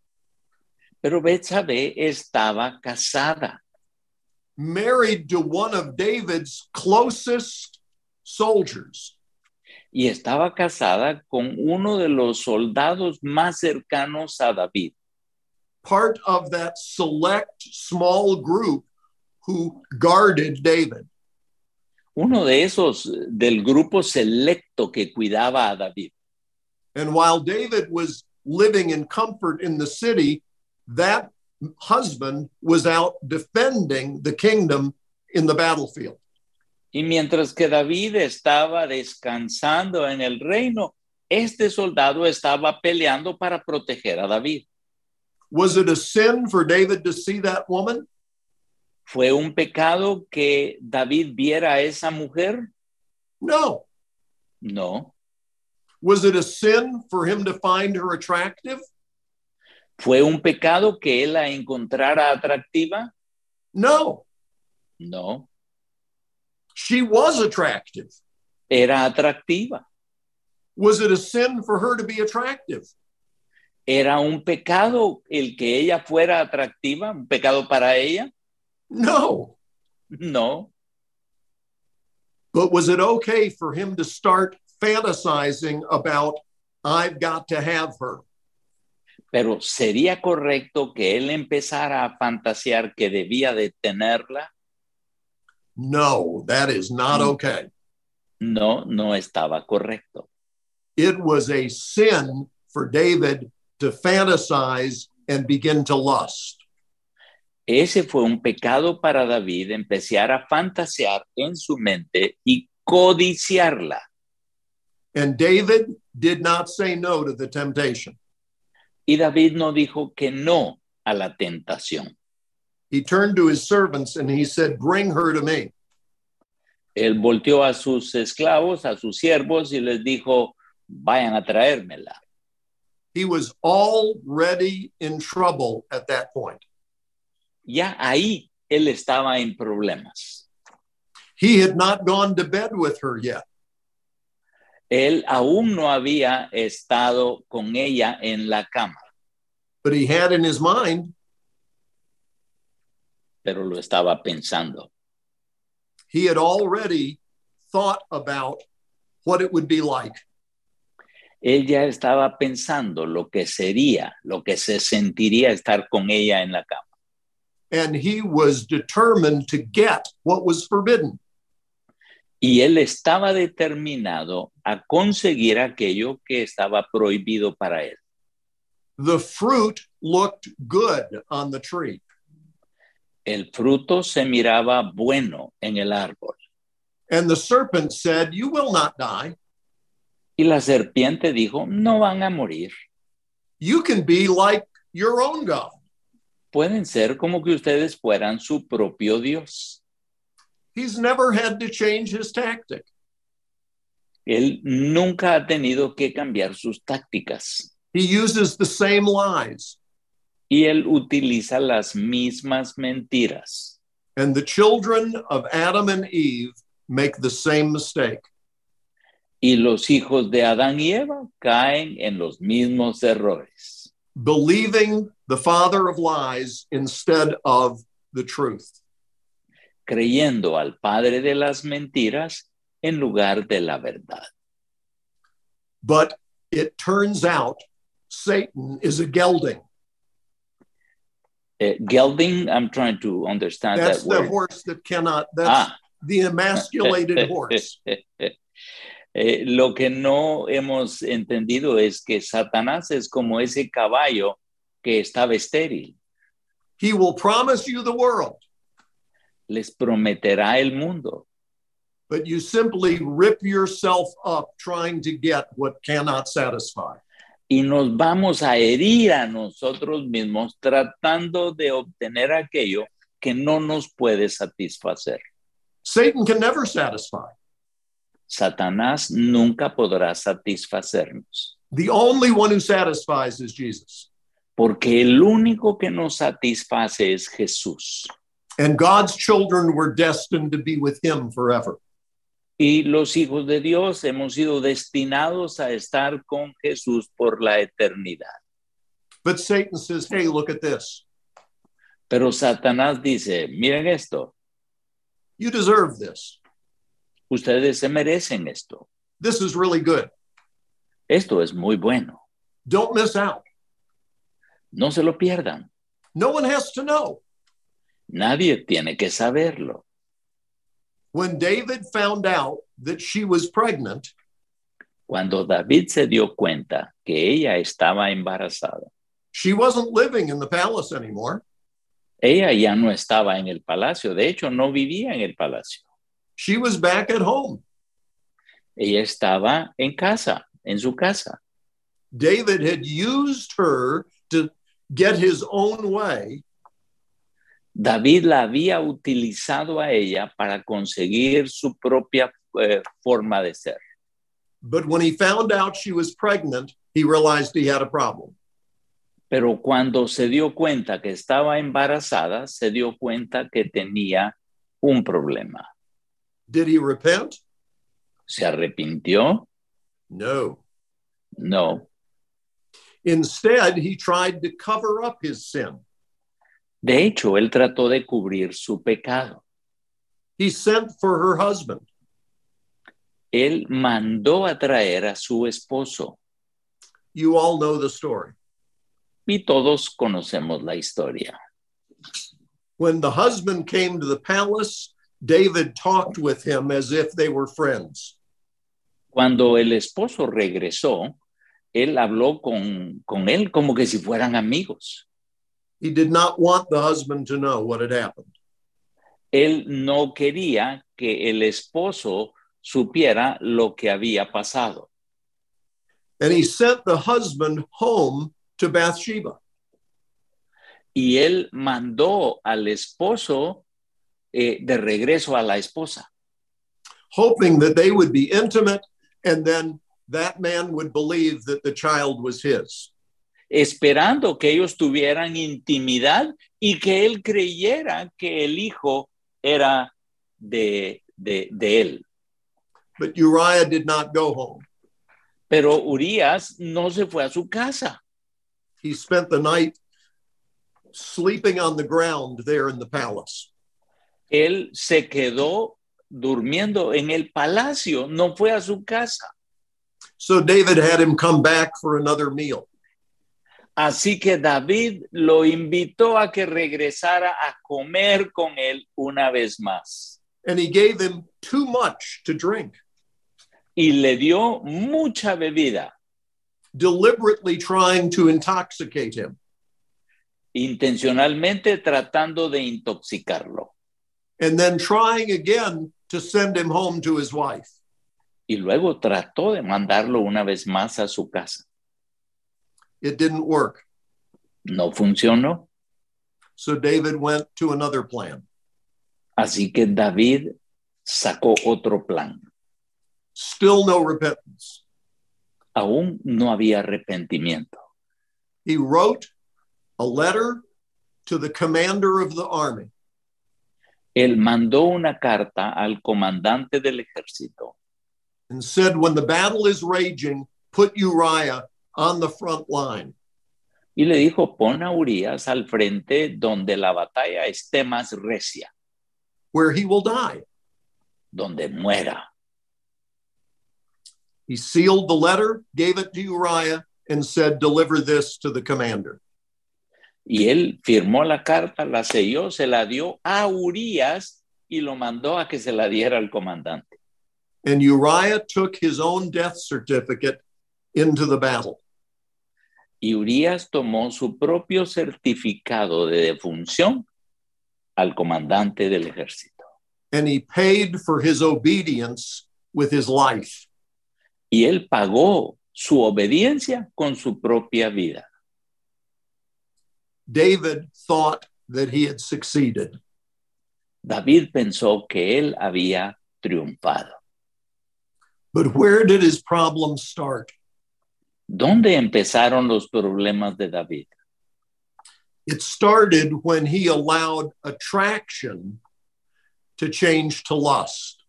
Pero Betsabé estaba casada.
married to one of David's closest soldiers.
y estaba casada con uno de los soldados más cercanos a David.
Part of that select small group who guarded David.
Uno de esos eh, del grupo selecto que cuidaba a David.
And while David was living in comfort in the city, that husband was out defending the kingdom in the battlefield.
Y mientras que David estaba descansando en el reino, este soldado estaba peleando para proteger a David.
Was it a sin for David to see that woman?
¿Fue un pecado que David viera a esa mujer?
No.
No.
Was it a sin for him to find her attractive?
¿Fue un pecado que él la encontrara atractiva?
No.
No.
She was attractive.
Era atractiva.
Was it a sin for her to be attractive?
¿Era un pecado el que ella fuera atractiva? ¿Un pecado para ella?
No.
No.
But was it okay for him to start fantasizing about, I've got to have her?
Pero ¿sería correcto que él empezara a fantasear que debía de tenerla?
No, that is not okay.
No, no estaba correcto.
It was a sin for David to fantasize and begin to lust.
Ese fue un pecado para David empezar a fantasear en su mente y codiciarla.
And David did not say no to the temptation.
Y David no dijo que no a la tentación.
He turned to his servants and he said, Bring her to me.
Él volteó a sus esclavos, a sus siervos y les dijo, vayan a traérmela.
He was already in trouble at that point.
ya ahí él estaba en problemas.
He had not gone to bed with her yet.
Él aún no había estado con ella en la cama,
but he had in his mind
pero lo estaba pensando.
he had already thought about what it would be like
Él ya estaba pensando lo que sería, lo que se sentiría estar con ella en la cama.
and he was determined to get what was forbidden
Y él estaba determinado a conseguir aquello que estaba prohibido para él.
the fruit looked good on the tree
El fruto se miraba bueno en el árbol.
and the serpent said you will not die
Y la serpiente dijo, no van a morir.
you can be like your own god
Pueden ser como que ustedes fueran su propio Dios.
he's never had to change his tactic
Él nunca ha tenido que cambiar sus tácticas
he uses the same lies
y él utiliza las mismas mentiras.
and the children of adam and eve make the same mistake
Y los hijos de Adán y Eva caen en los mismos errores,
believing the father of lies instead of the truth.
creyendo al padre de las mentiras en lugar de la verdad.
But it turns out Satan is a gelding.
Eh, gelding, I'm trying to understand
That's
that
the
word.
horse that cannot, that's
Ah, [LAUGHS]
the emasculated horse.
eh, lo que no hemos entendido es que Satanás es como ese caballo que estaba estéril.
He will promise you the world,
les prometerá el mundo,
but you simply rip yourself up trying to get what cannot satisfy.
y nos vamos a herir a nosotros mismos tratando de obtener aquello que no nos puede satisfacer.
Satan can never satisfy.
Satanás nunca podrá satisfacernos,
The only one who satisfies is Jesus.
porque el único que nos satisface es Jesús.
And God's children were destined to be with him forever.
Y los hijos de Dios hemos sido destinados a estar con Jesús por la eternidad.
But Satan says, hey, look at this.
Pero Satanás dice, miren esto,
You deserve this.
ustedes se merecen esto,
This is really good.
esto es muy bueno,
Don't miss out.
no se lo pierdan,
No one has to know.
nadie tiene que saberlo.
When David found out that she was pregnant,
Cuando David se dio cuenta que ella estaba embarazada,
she wasn't living in the palace anymore.
ella ya no estaba en el palacio, de hecho no vivía en el palacio,
She was back at home.
ella estaba en casa, en su casa.
David had used her to get his own way,
David la había utilizado a ella para conseguir su propia eh, forma de ser,
but when he found out she was pregnant, he realized he had a problem.
pero cuando se dio cuenta que estaba embarazada, se dio cuenta que tenía un problema.
Did he repent?
¿Se arrepintió?
No.
No.
Instead, he tried to cover up his sin.
De hecho, él trató de cubrir su pecado.
He sent for her husband.
él mandó a traer a su esposo.
You all know the story.
Y todos conocemos la historia.
When the husband came to the palace, David talked with him as if they were friends.
Cuando el esposo regresó, él habló con, con él como que si fueran amigos.
He did not want the husband to know what had happened.
Él no quería que el esposo supiera lo que había pasado.
And he sent the husband home to Bathsheba.
Y él mandó al esposo eh, de regreso a la esposa,
hoping that they would be intimate and then that man would believe that the child was his.
esperando que ellos tuvieran intimidad y que él creyera que el hijo era de, de, de él.
But Uriah did not go home.
Pero Urias no se fue a su casa.
He spent the night sleeping on the ground there in the palace.
Él se quedó durmiendo en el palacio, no fue a su casa.
So David had him come back for another meal.
Así que David lo invitó a que regresara a comer con él una vez más.
And he gave him too much to drink,
Y le dio mucha bebida,
deliberately trying to intoxicate him.
intencionalmente tratando de intoxicarlo.
And then trying again to send him home to his wife.
y luego trató de mandarlo una vez más a su casa.
It didn't work.
No funcionó,
So David went to another plan.
así que David sacó otro plan.
Still no repentance.
Aún no había arrepentimiento.
he wrote a letter to the commander of the army
Él mandó una carta al comandante del ejército
and said, When the battle is raging, put Uriah on the front line.
y le dijo, pon a Urias al frente donde la batalla esté más recia,
Where he will die.
donde muera.
He sealed the letter, gave it to Uriah, and said, Deliver this to the commander.
Y él firmó la carta, la selló, se la dio a Urias y lo mandó a que se la diera al comandante.
And Uriah took his own death certificate into the battle.
y Urias tomó su propio certificado de defunción al comandante del ejército.
and he paid for his obedience with his life.
y él pagó su obediencia con su propia vida.
David thought that he had succeeded.
David pensó que él había triunfado.
But where did his problem start?
¿Dónde empezaron los problemas de David?
It started when he allowed attraction to change to lust.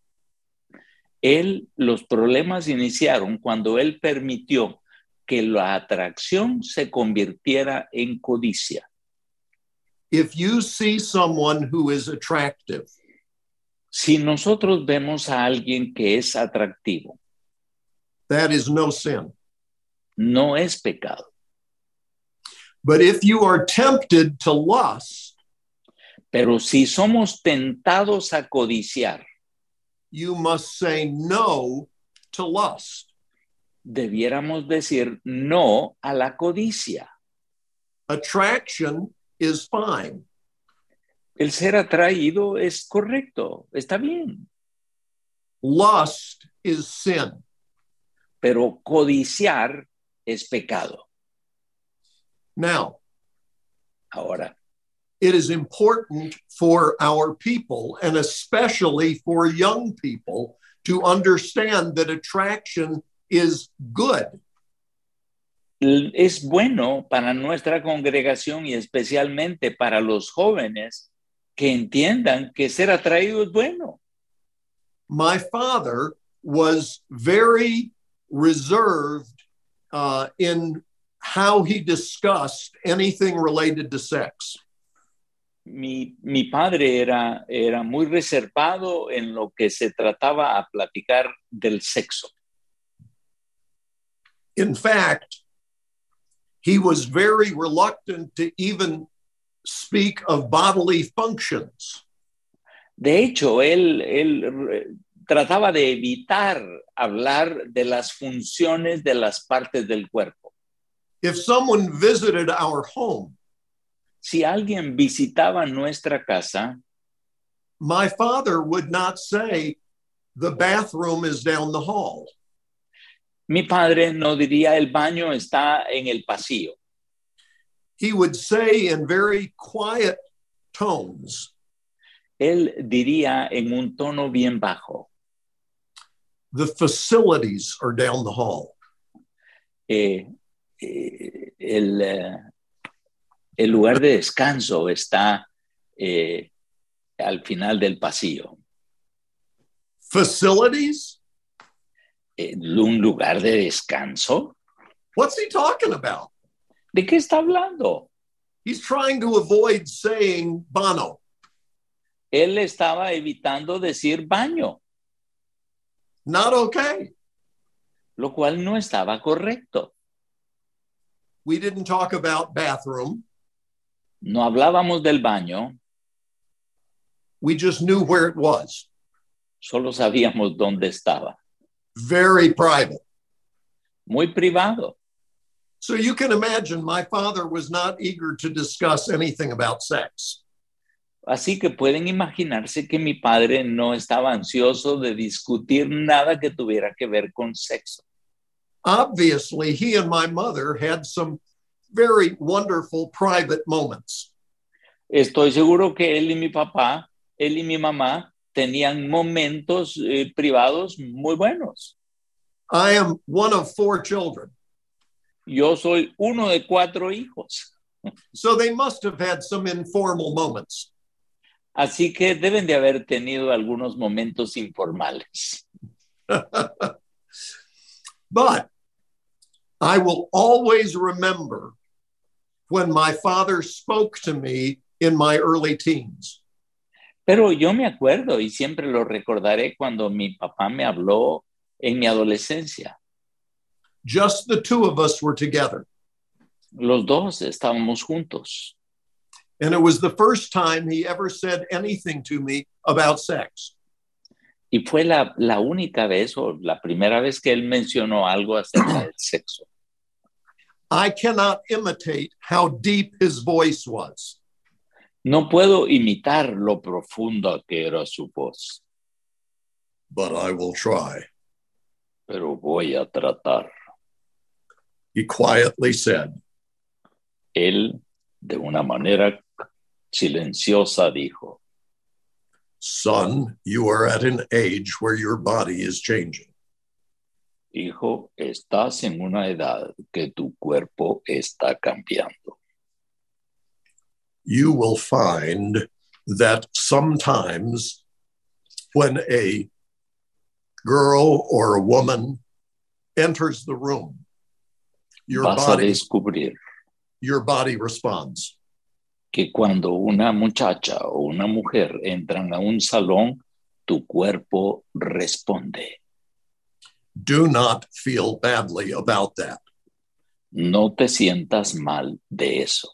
Él, los problemas iniciaron cuando él permitió que la atracción se convirtiera en codicia.
If you see someone who is attractive,
Si nosotros vemos a alguien que es atractivo,
that is no sin.
no es pecado.
But if you are tempted to lust,
Pero si somos tentados a codiciar,
you must say no to lust.
debiéramos decir no a la codicia.
Attraction is fine.
El ser atraído es correcto, está bien,
Lust is sin.
pero codiciar es pecado.
Now,
Ahora,
it is important for our people and especially for young people to understand that attraction is good.
l- es bueno para nuestra congregación y especialmente para los jóvenes que entiendan que ser atraído es bueno.
My father was very reserved uh, in how he discussed anything related to sex.
Mi, mi padre era, era muy reservado en lo que se trataba a platicar del sexo.
In fact, he was very reluctant to even speak of bodily functions.
De hecho, él, él eh, trataba de evitar hablar de las funciones de las partes del cuerpo.
If someone visited our home,
Si alguien visitaba nuestra casa,
my father would not say, The bathroom is down the hall.
mi padre no diría el baño está en el pasillo.
He would say in very quiet tones,
Él diría en un tono bien bajo,
The facilities are down the hall.
eh, eh, el, eh, el lugar de descanso está eh, al final del pasillo.
Facilities?
Eh, ¿Un lugar de descanso?
What's he talking about?
¿De qué está hablando?
He's trying to avoid saying Bono.
Él estaba evitando decir baño,
Not okay.
lo cual no estaba correcto.
We didn't talk about bathroom.
No hablábamos del baño,
We just knew where it was.
solo sabíamos dónde estaba.
Very private.
Muy privado.
So you can imagine my father was not eager to discuss anything about sex.
Así que pueden imaginarse que mi padre no estaba ansioso de discutir nada que tuviera que ver con sexo.
Obviously, he and my mother had some very wonderful private moments.
Estoy seguro que él y mi papá, él y mi mamá tenían momentos eh, privados muy buenos.
I am one of four children,
Yo soy uno de cuatro hijos.
so they must have had some informal moments.
Así que deben de haber tenido algunos momentos informales.
But I will always remember when my father spoke to me in my early teens.
Pero yo me acuerdo y siempre lo recordaré cuando mi papá me habló en mi adolescencia.
Just the two of us were together.
Los dos estábamos juntos.
And it was the first time he ever said anything to me about sex.
Y fue la, la única vez o la primera vez que él mencionó algo acerca del sexo.
I cannot imitate how deep his voice was.
No puedo imitar lo profunda que era su voz,
but I will try.
pero voy a tratar.
He quietly said,
Él, de una manera silenciosa, dijo,
Son, you are at an age where your body is changing.
Hijo, estás en una edad que tu cuerpo está cambiando.
You will find that sometimes when a girl or a woman enters the room, your
Vas a
body
descubrir
your body responds.
que cuando una muchacha o una mujer entran a un salón, tu cuerpo responde.
Do not feel badly about that.
No te sientas mal de eso.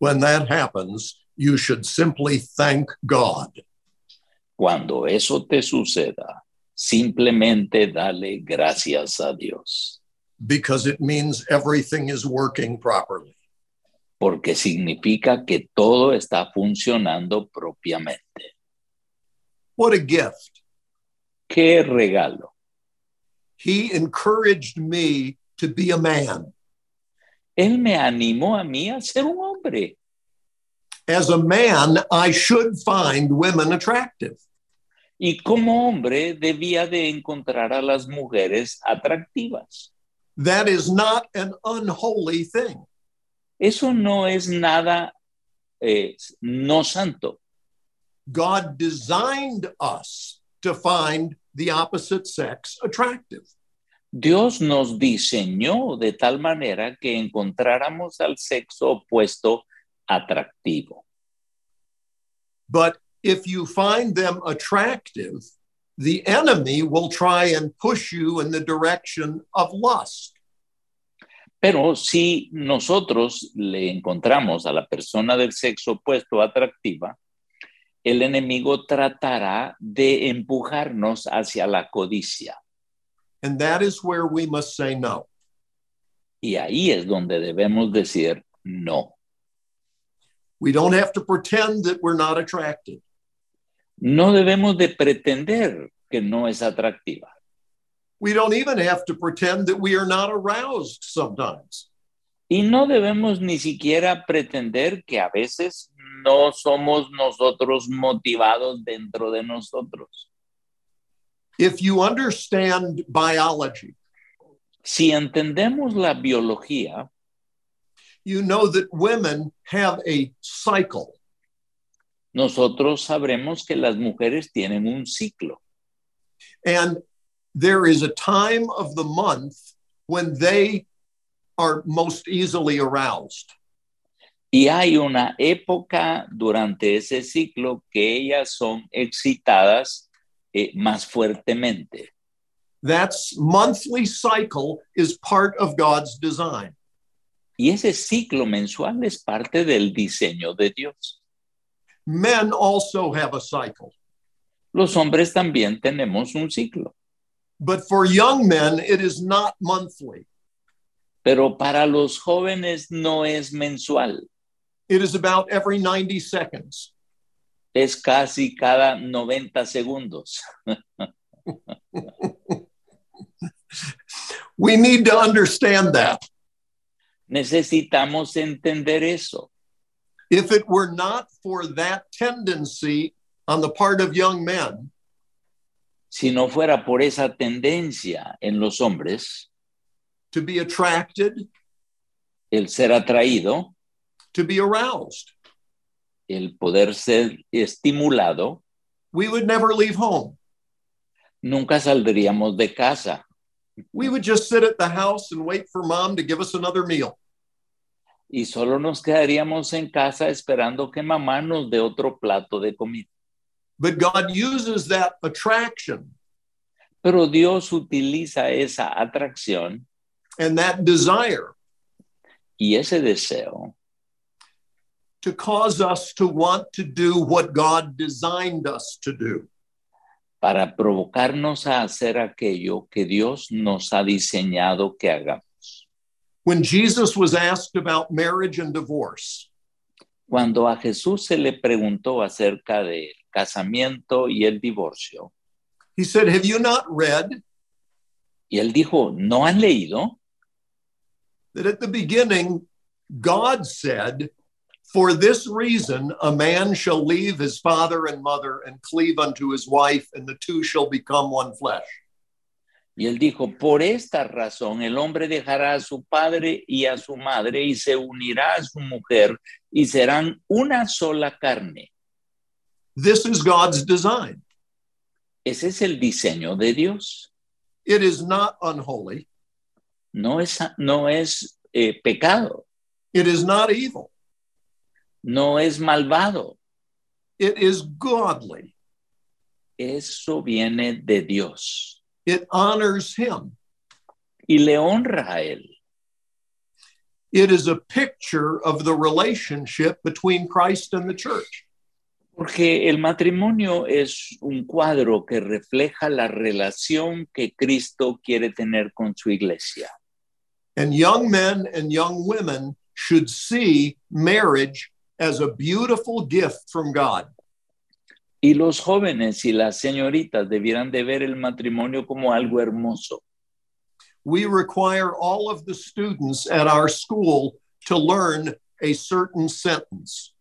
When that happens, you should simply thank God.
Cuando eso te suceda, simplemente dale gracias a Dios,
because it means everything is working properly.
porque significa que todo está funcionando propiamente.
What a gift.
¡Qué regalo!
He encouraged me to be a man.
Él me animó a mí a ser un hombre.
As a man, I should find women attractive.
Y como hombre debía de encontrar a las mujeres atractivas.
That is not an unholy thing.
Eso no es nada eh, no santo.
God designed us to find the opposite sex attractive.
Dios nos diseñó de tal manera que encontráramos al sexo opuesto atractivo.
But if you find them attractive, the enemy will try and push you in the direction of lust.
Pero si nosotros le encontramos a la persona del sexo opuesto atractiva, el enemigo tratará de empujarnos hacia la codicia.
And that is where we must say no.
Y ahí es donde debemos decir no.
We don't have to pretend that we're not attracted.
No debemos de pretender que no es atractiva.
We don't even have to pretend that we are not aroused sometimes.
Y no debemos ni siquiera pretender que a veces no somos nosotros motivados dentro de nosotros.
If you understand biology,
Si entendemos la biología,
you know that women have a cycle.
nosotros sabremos que las mujeres tienen un ciclo
And there is a time of the month when they are most easily aroused.
y hay una época durante ese ciclo que ellas son excitadas eh, más fuertemente.
That's monthly cycle is part of God's design.
Y ese ciclo mensual es parte del diseño de Dios.
Men also have a cycle.
Los hombres también tenemos un ciclo,
But for young men, it is not monthly.
pero para los jóvenes no es mensual,
It is about every 90 seconds.
es casi cada 90 segundos.
We need to understand that.
Necesitamos entender eso.
If it were not for that tendency on the part of young men,
Si no fuera por esa tendencia en los hombres,
to be attracted,
el ser atraído,
to be aroused,
el poder ser estimulado,
we would never leave home.
nunca saldríamos de casa.
We would just sit at the house and wait for mom to give us another meal.
y solo nos quedaríamos en casa esperando que mamá nos dé otro plato de comida.
But God uses that attraction
Pero Dios utiliza esa atracción
and that desire
y ese deseo
to cause us to want to do what God designed us to do.
para provocarnos a hacer aquello que Dios nos ha diseñado que hagamos.
When Jesus was asked about marriage and divorce,
cuando a Jesús se le preguntó acerca del casamiento y el divorcio.
He said, Have you not read
Y él dijo, ¿no has leído?
that at the beginning, God said, For this reason, a man shall leave his father and mother and cleave unto his wife, and the two shall become one flesh.
Y él dijo, por esta razón el hombre dejará a su padre y a su madre y se unirá a su mujer y serán una sola carne.
This is God's design.
Ese es el diseño de Dios.
It is not unholy,
No es, no es eh, pecado,
it is not evil,
no es malvado.
it is godly.
Eso viene de Dios
It honors him.
y le honra a él.
It is a picture of the relationship between Christ and the church.
Porque el matrimonio es un cuadro que refleja la relación que Cristo quiere tener con su iglesia.
And young men and young women should see marriage as a beautiful gift from God.
Y los jóvenes y las señoritas debieran de ver el matrimonio como algo hermoso.
we require all of the students at our school to learn a certain sentence.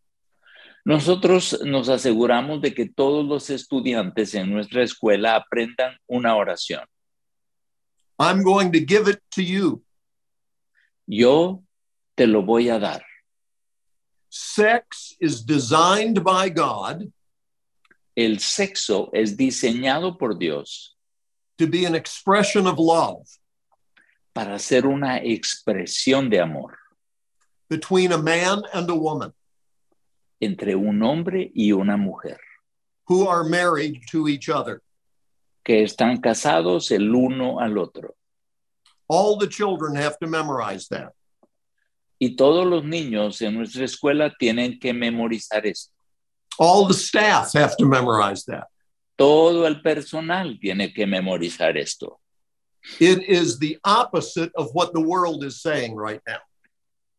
Nosotros nos aseguramos de que todos los estudiantes en nuestra escuela aprendan una oración.
I'm going to give it to you.
Yo te lo voy a dar.
Sex is designed by God
El sexo es diseñado por Dios
to be an expression of love
para ser una expresión de amor
between a man and a woman
entre un hombre y una mujer
who are married to each other.
que están casados el uno al otro.
All the children have to memorize that.
Y todos los niños en nuestra escuela tienen que memorizar esto.
All the staff have to memorize that.
Todo el personal tiene que memorizar esto.
It is the opposite of what the world is saying right now.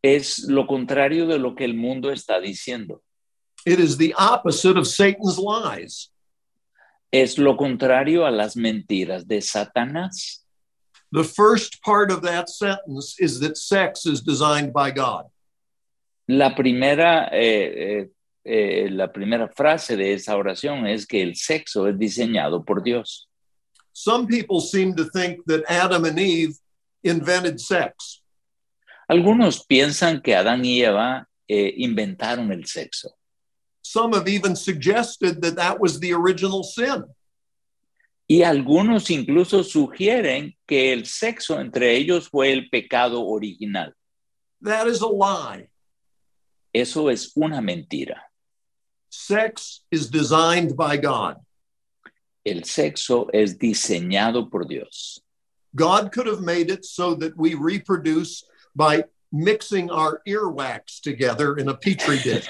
es lo contrario de lo que el mundo está diciendo.
It is the opposite of Satan's lies.
Es lo contrario a las mentiras de Satanás.
The first part of that sentence is that sex is designed by God.
La primera, eh, eh, eh, la primera frase de esa oración es que el sexo es diseñado por Dios.
Some people seem to think that Adam and Eve invented sex.
Algunos piensan que Adán y Eva eh, inventaron el sexo.
Some have even suggested that that was the original sin.
Y algunos incluso sugieren que el sexo entre ellos fue el pecado original.
That is a lie.
Eso es una mentira.
Sex is designed by God.
El sexo es diseñado por Dios.
God could have made it so that we reproduce by mixing our earwax together in a petri dish.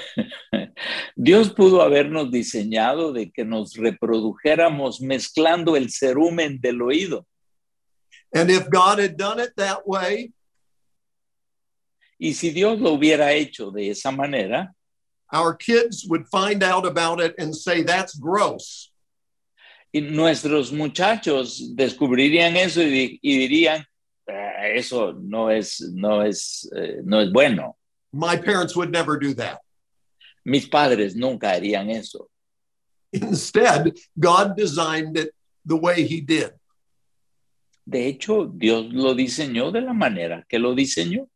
Dios pudo habernos diseñado de que nos reprodujéramos mezclando el cerumen del oído.
and if God had done it that way,
Y si Dios lo hubiera hecho de esa manera,
our kids would find out about it and say, that's gross.
y nuestros muchachos descubrirían eso y, di- y dirían, "Ah, eso no es, no, es, eh, no es bueno.
My parents would never do that.
Mis padres nunca harían eso.
Instead, God designed it the way He did.
De hecho, Dios lo diseñó de la manera que lo diseñó.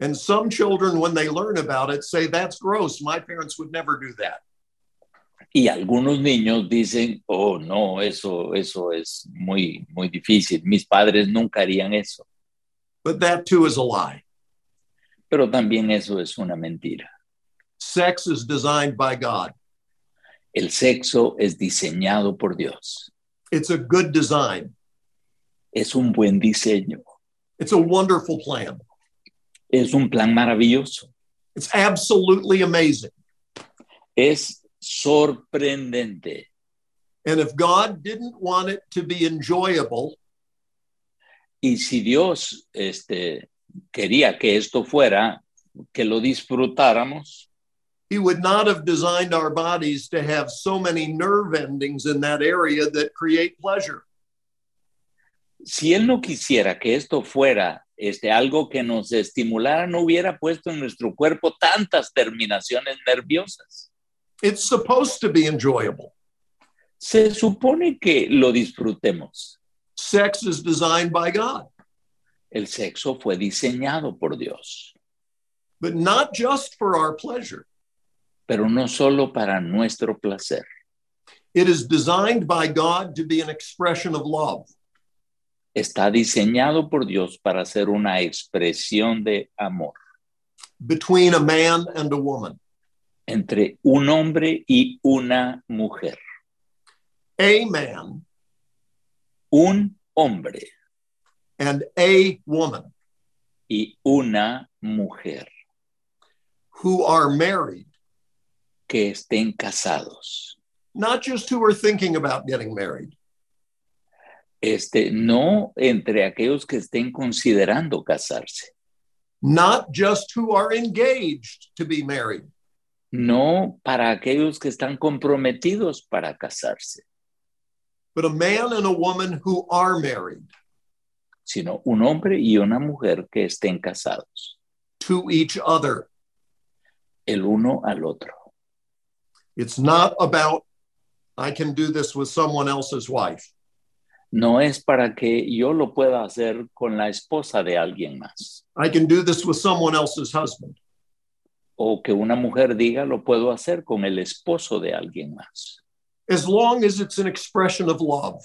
And some children, when they learn about it, say, That's gross. My parents would never do that.
Y algunos niños dicen, oh, no, eso, eso es muy, muy difícil. Mis padres nunca harían eso.
But that too is a lie.
Pero también eso es una mentira.
Sex is designed by God,
El sexo es diseñado por Dios.
it's a good design,
Es un buen diseño.
it's a wonderful plan.
Es un plan maravilloso.
It's absolutely amazing.
Es sorprendente.
And if God didn't want it to be enjoyable,
Y si Dios este, quería que esto fuera, que lo disfrutáramos,
he would not have designed our bodies to have so many nerve endings in that area that create pleasure.
Si él no quisiera que esto fuera este, algo que nos estimulara, no hubiera puesto en nuestro cuerpo tantas terminaciones nerviosas.
It's supposed to be enjoyable.
Se supone que lo disfrutemos.
Sex is designed by God,
El sexo fue diseñado por Dios,
but not just for our pleasure.
pero no solo para nuestro placer.
It is designed by God to be an expression of love.
Está diseñado por Dios para ser una expresión de amor
between a man and a woman.
entre un hombre y una mujer.
A man
Un hombre
and a woman
y una mujer
who are married,
que estén casados.
not just who are thinking about getting married,
Este, no entre aquellos que estén considerando casarse,
not just who are engaged to be married,
no para aquellos que están comprometidos para casarse,
but a man and a woman who are married
sino un hombre y una mujer que estén casados,
to each other.
el uno al otro.
It's not about, I can do this with someone else's wife.
No es para que yo lo pueda hacer con la esposa de alguien más,
I can do this with someone else's husband.
o que una mujer diga lo puedo hacer con el esposo de alguien más.
As long as it's an expression of love,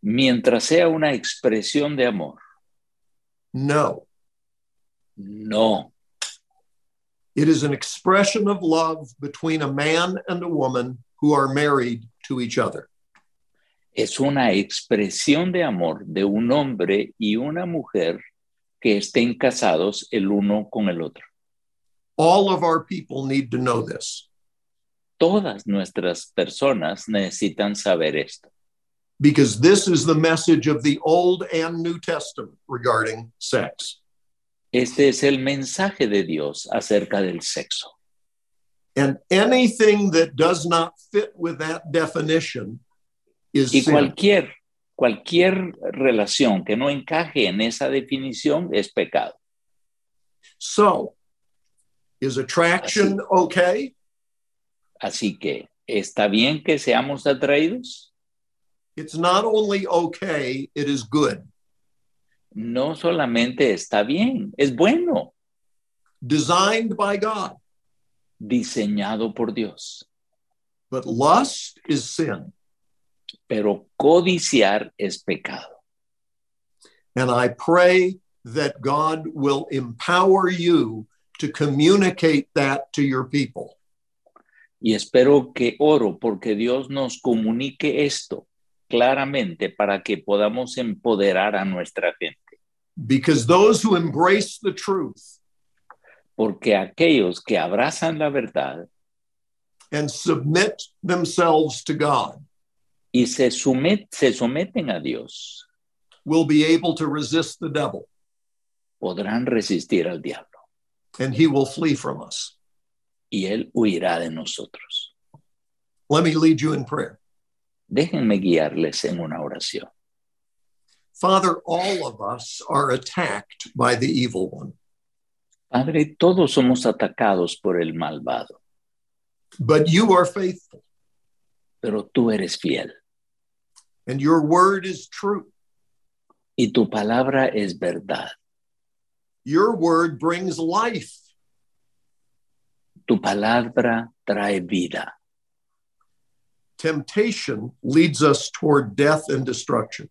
Mientras sea una expresión de amor,
no.
no.
It is an expression of love between a man and a woman who are married to each other.
es una expresión de amor de un hombre y una mujer que estén casados el uno con el otro.
All of our people need to know this
Todas nuestras personas necesitan saber esto,
because this is the message of the Old and New Testament regarding sex.
Este es el mensaje de Dios acerca del sexo.
And anything that does not fit with that definition is
Y
sin.
cualquier, cualquier relación que no encaje en esa definición es pecado.
So, is attraction okay?
Así que, ¿está bien que seamos atraídos?
It's not only okay, it is good.
No solamente está bien, es bueno,
Designed by God.
diseñado por Dios.
But lust is sin.
pero codiciar es pecado.
And I pray that God will empower you to communicate that to your people.
Y espero que oro porque Dios nos comunique esto claramente para que podamos empoderar a nuestra gente.
Because those who embrace the truth
Porque aquellos que abrazan la verdad
and submit themselves to God
y se, sumet- se someten a Dios
will be able to resist the devil
podrán resistir al diablo
and he will flee from us.
y él huirá de nosotros.
Let me lead you in prayer.
Déjenme guiarles en una oración.
Father, all of us are attacked by the evil one,
Padre, todos somos atacados por el malvado,
but you are faithful
pero tú eres fiel
and your word is true.
y tu palabra es verdad.
Your word brings life.
Tu palabra trae vida.
Temptation leads us toward death and destruction.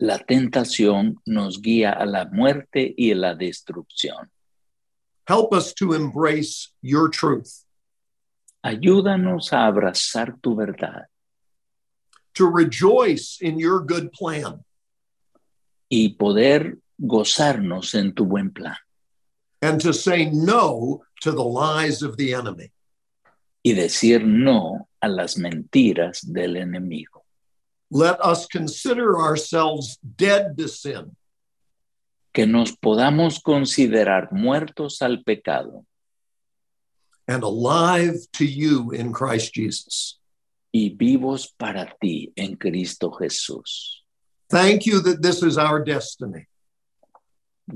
La tentación nos guía a la muerte y a la destrucción.
Help us to embrace your truth,
Ayúdanos a abrazar tu verdad
to rejoice in your good plan,
y poder gozarnos en tu buen plan
and to say no to the lies of the enemy.
y decir no a las mentiras del enemigo.
Let us consider ourselves dead to sin
Que nos podamos considerar muertos al pecado
and alive to you in Christ Jesus.
y vivos para ti en Cristo Jesús.
Thank you that this is our destiny.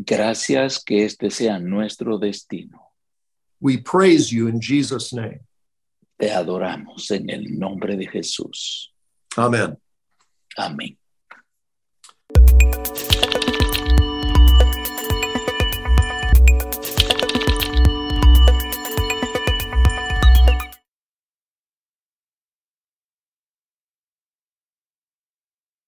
Gracias que este sea nuestro destino.
We praise you in Jesus' name.
Te adoramos en el nombre de Jesús.
Amen.
Amén.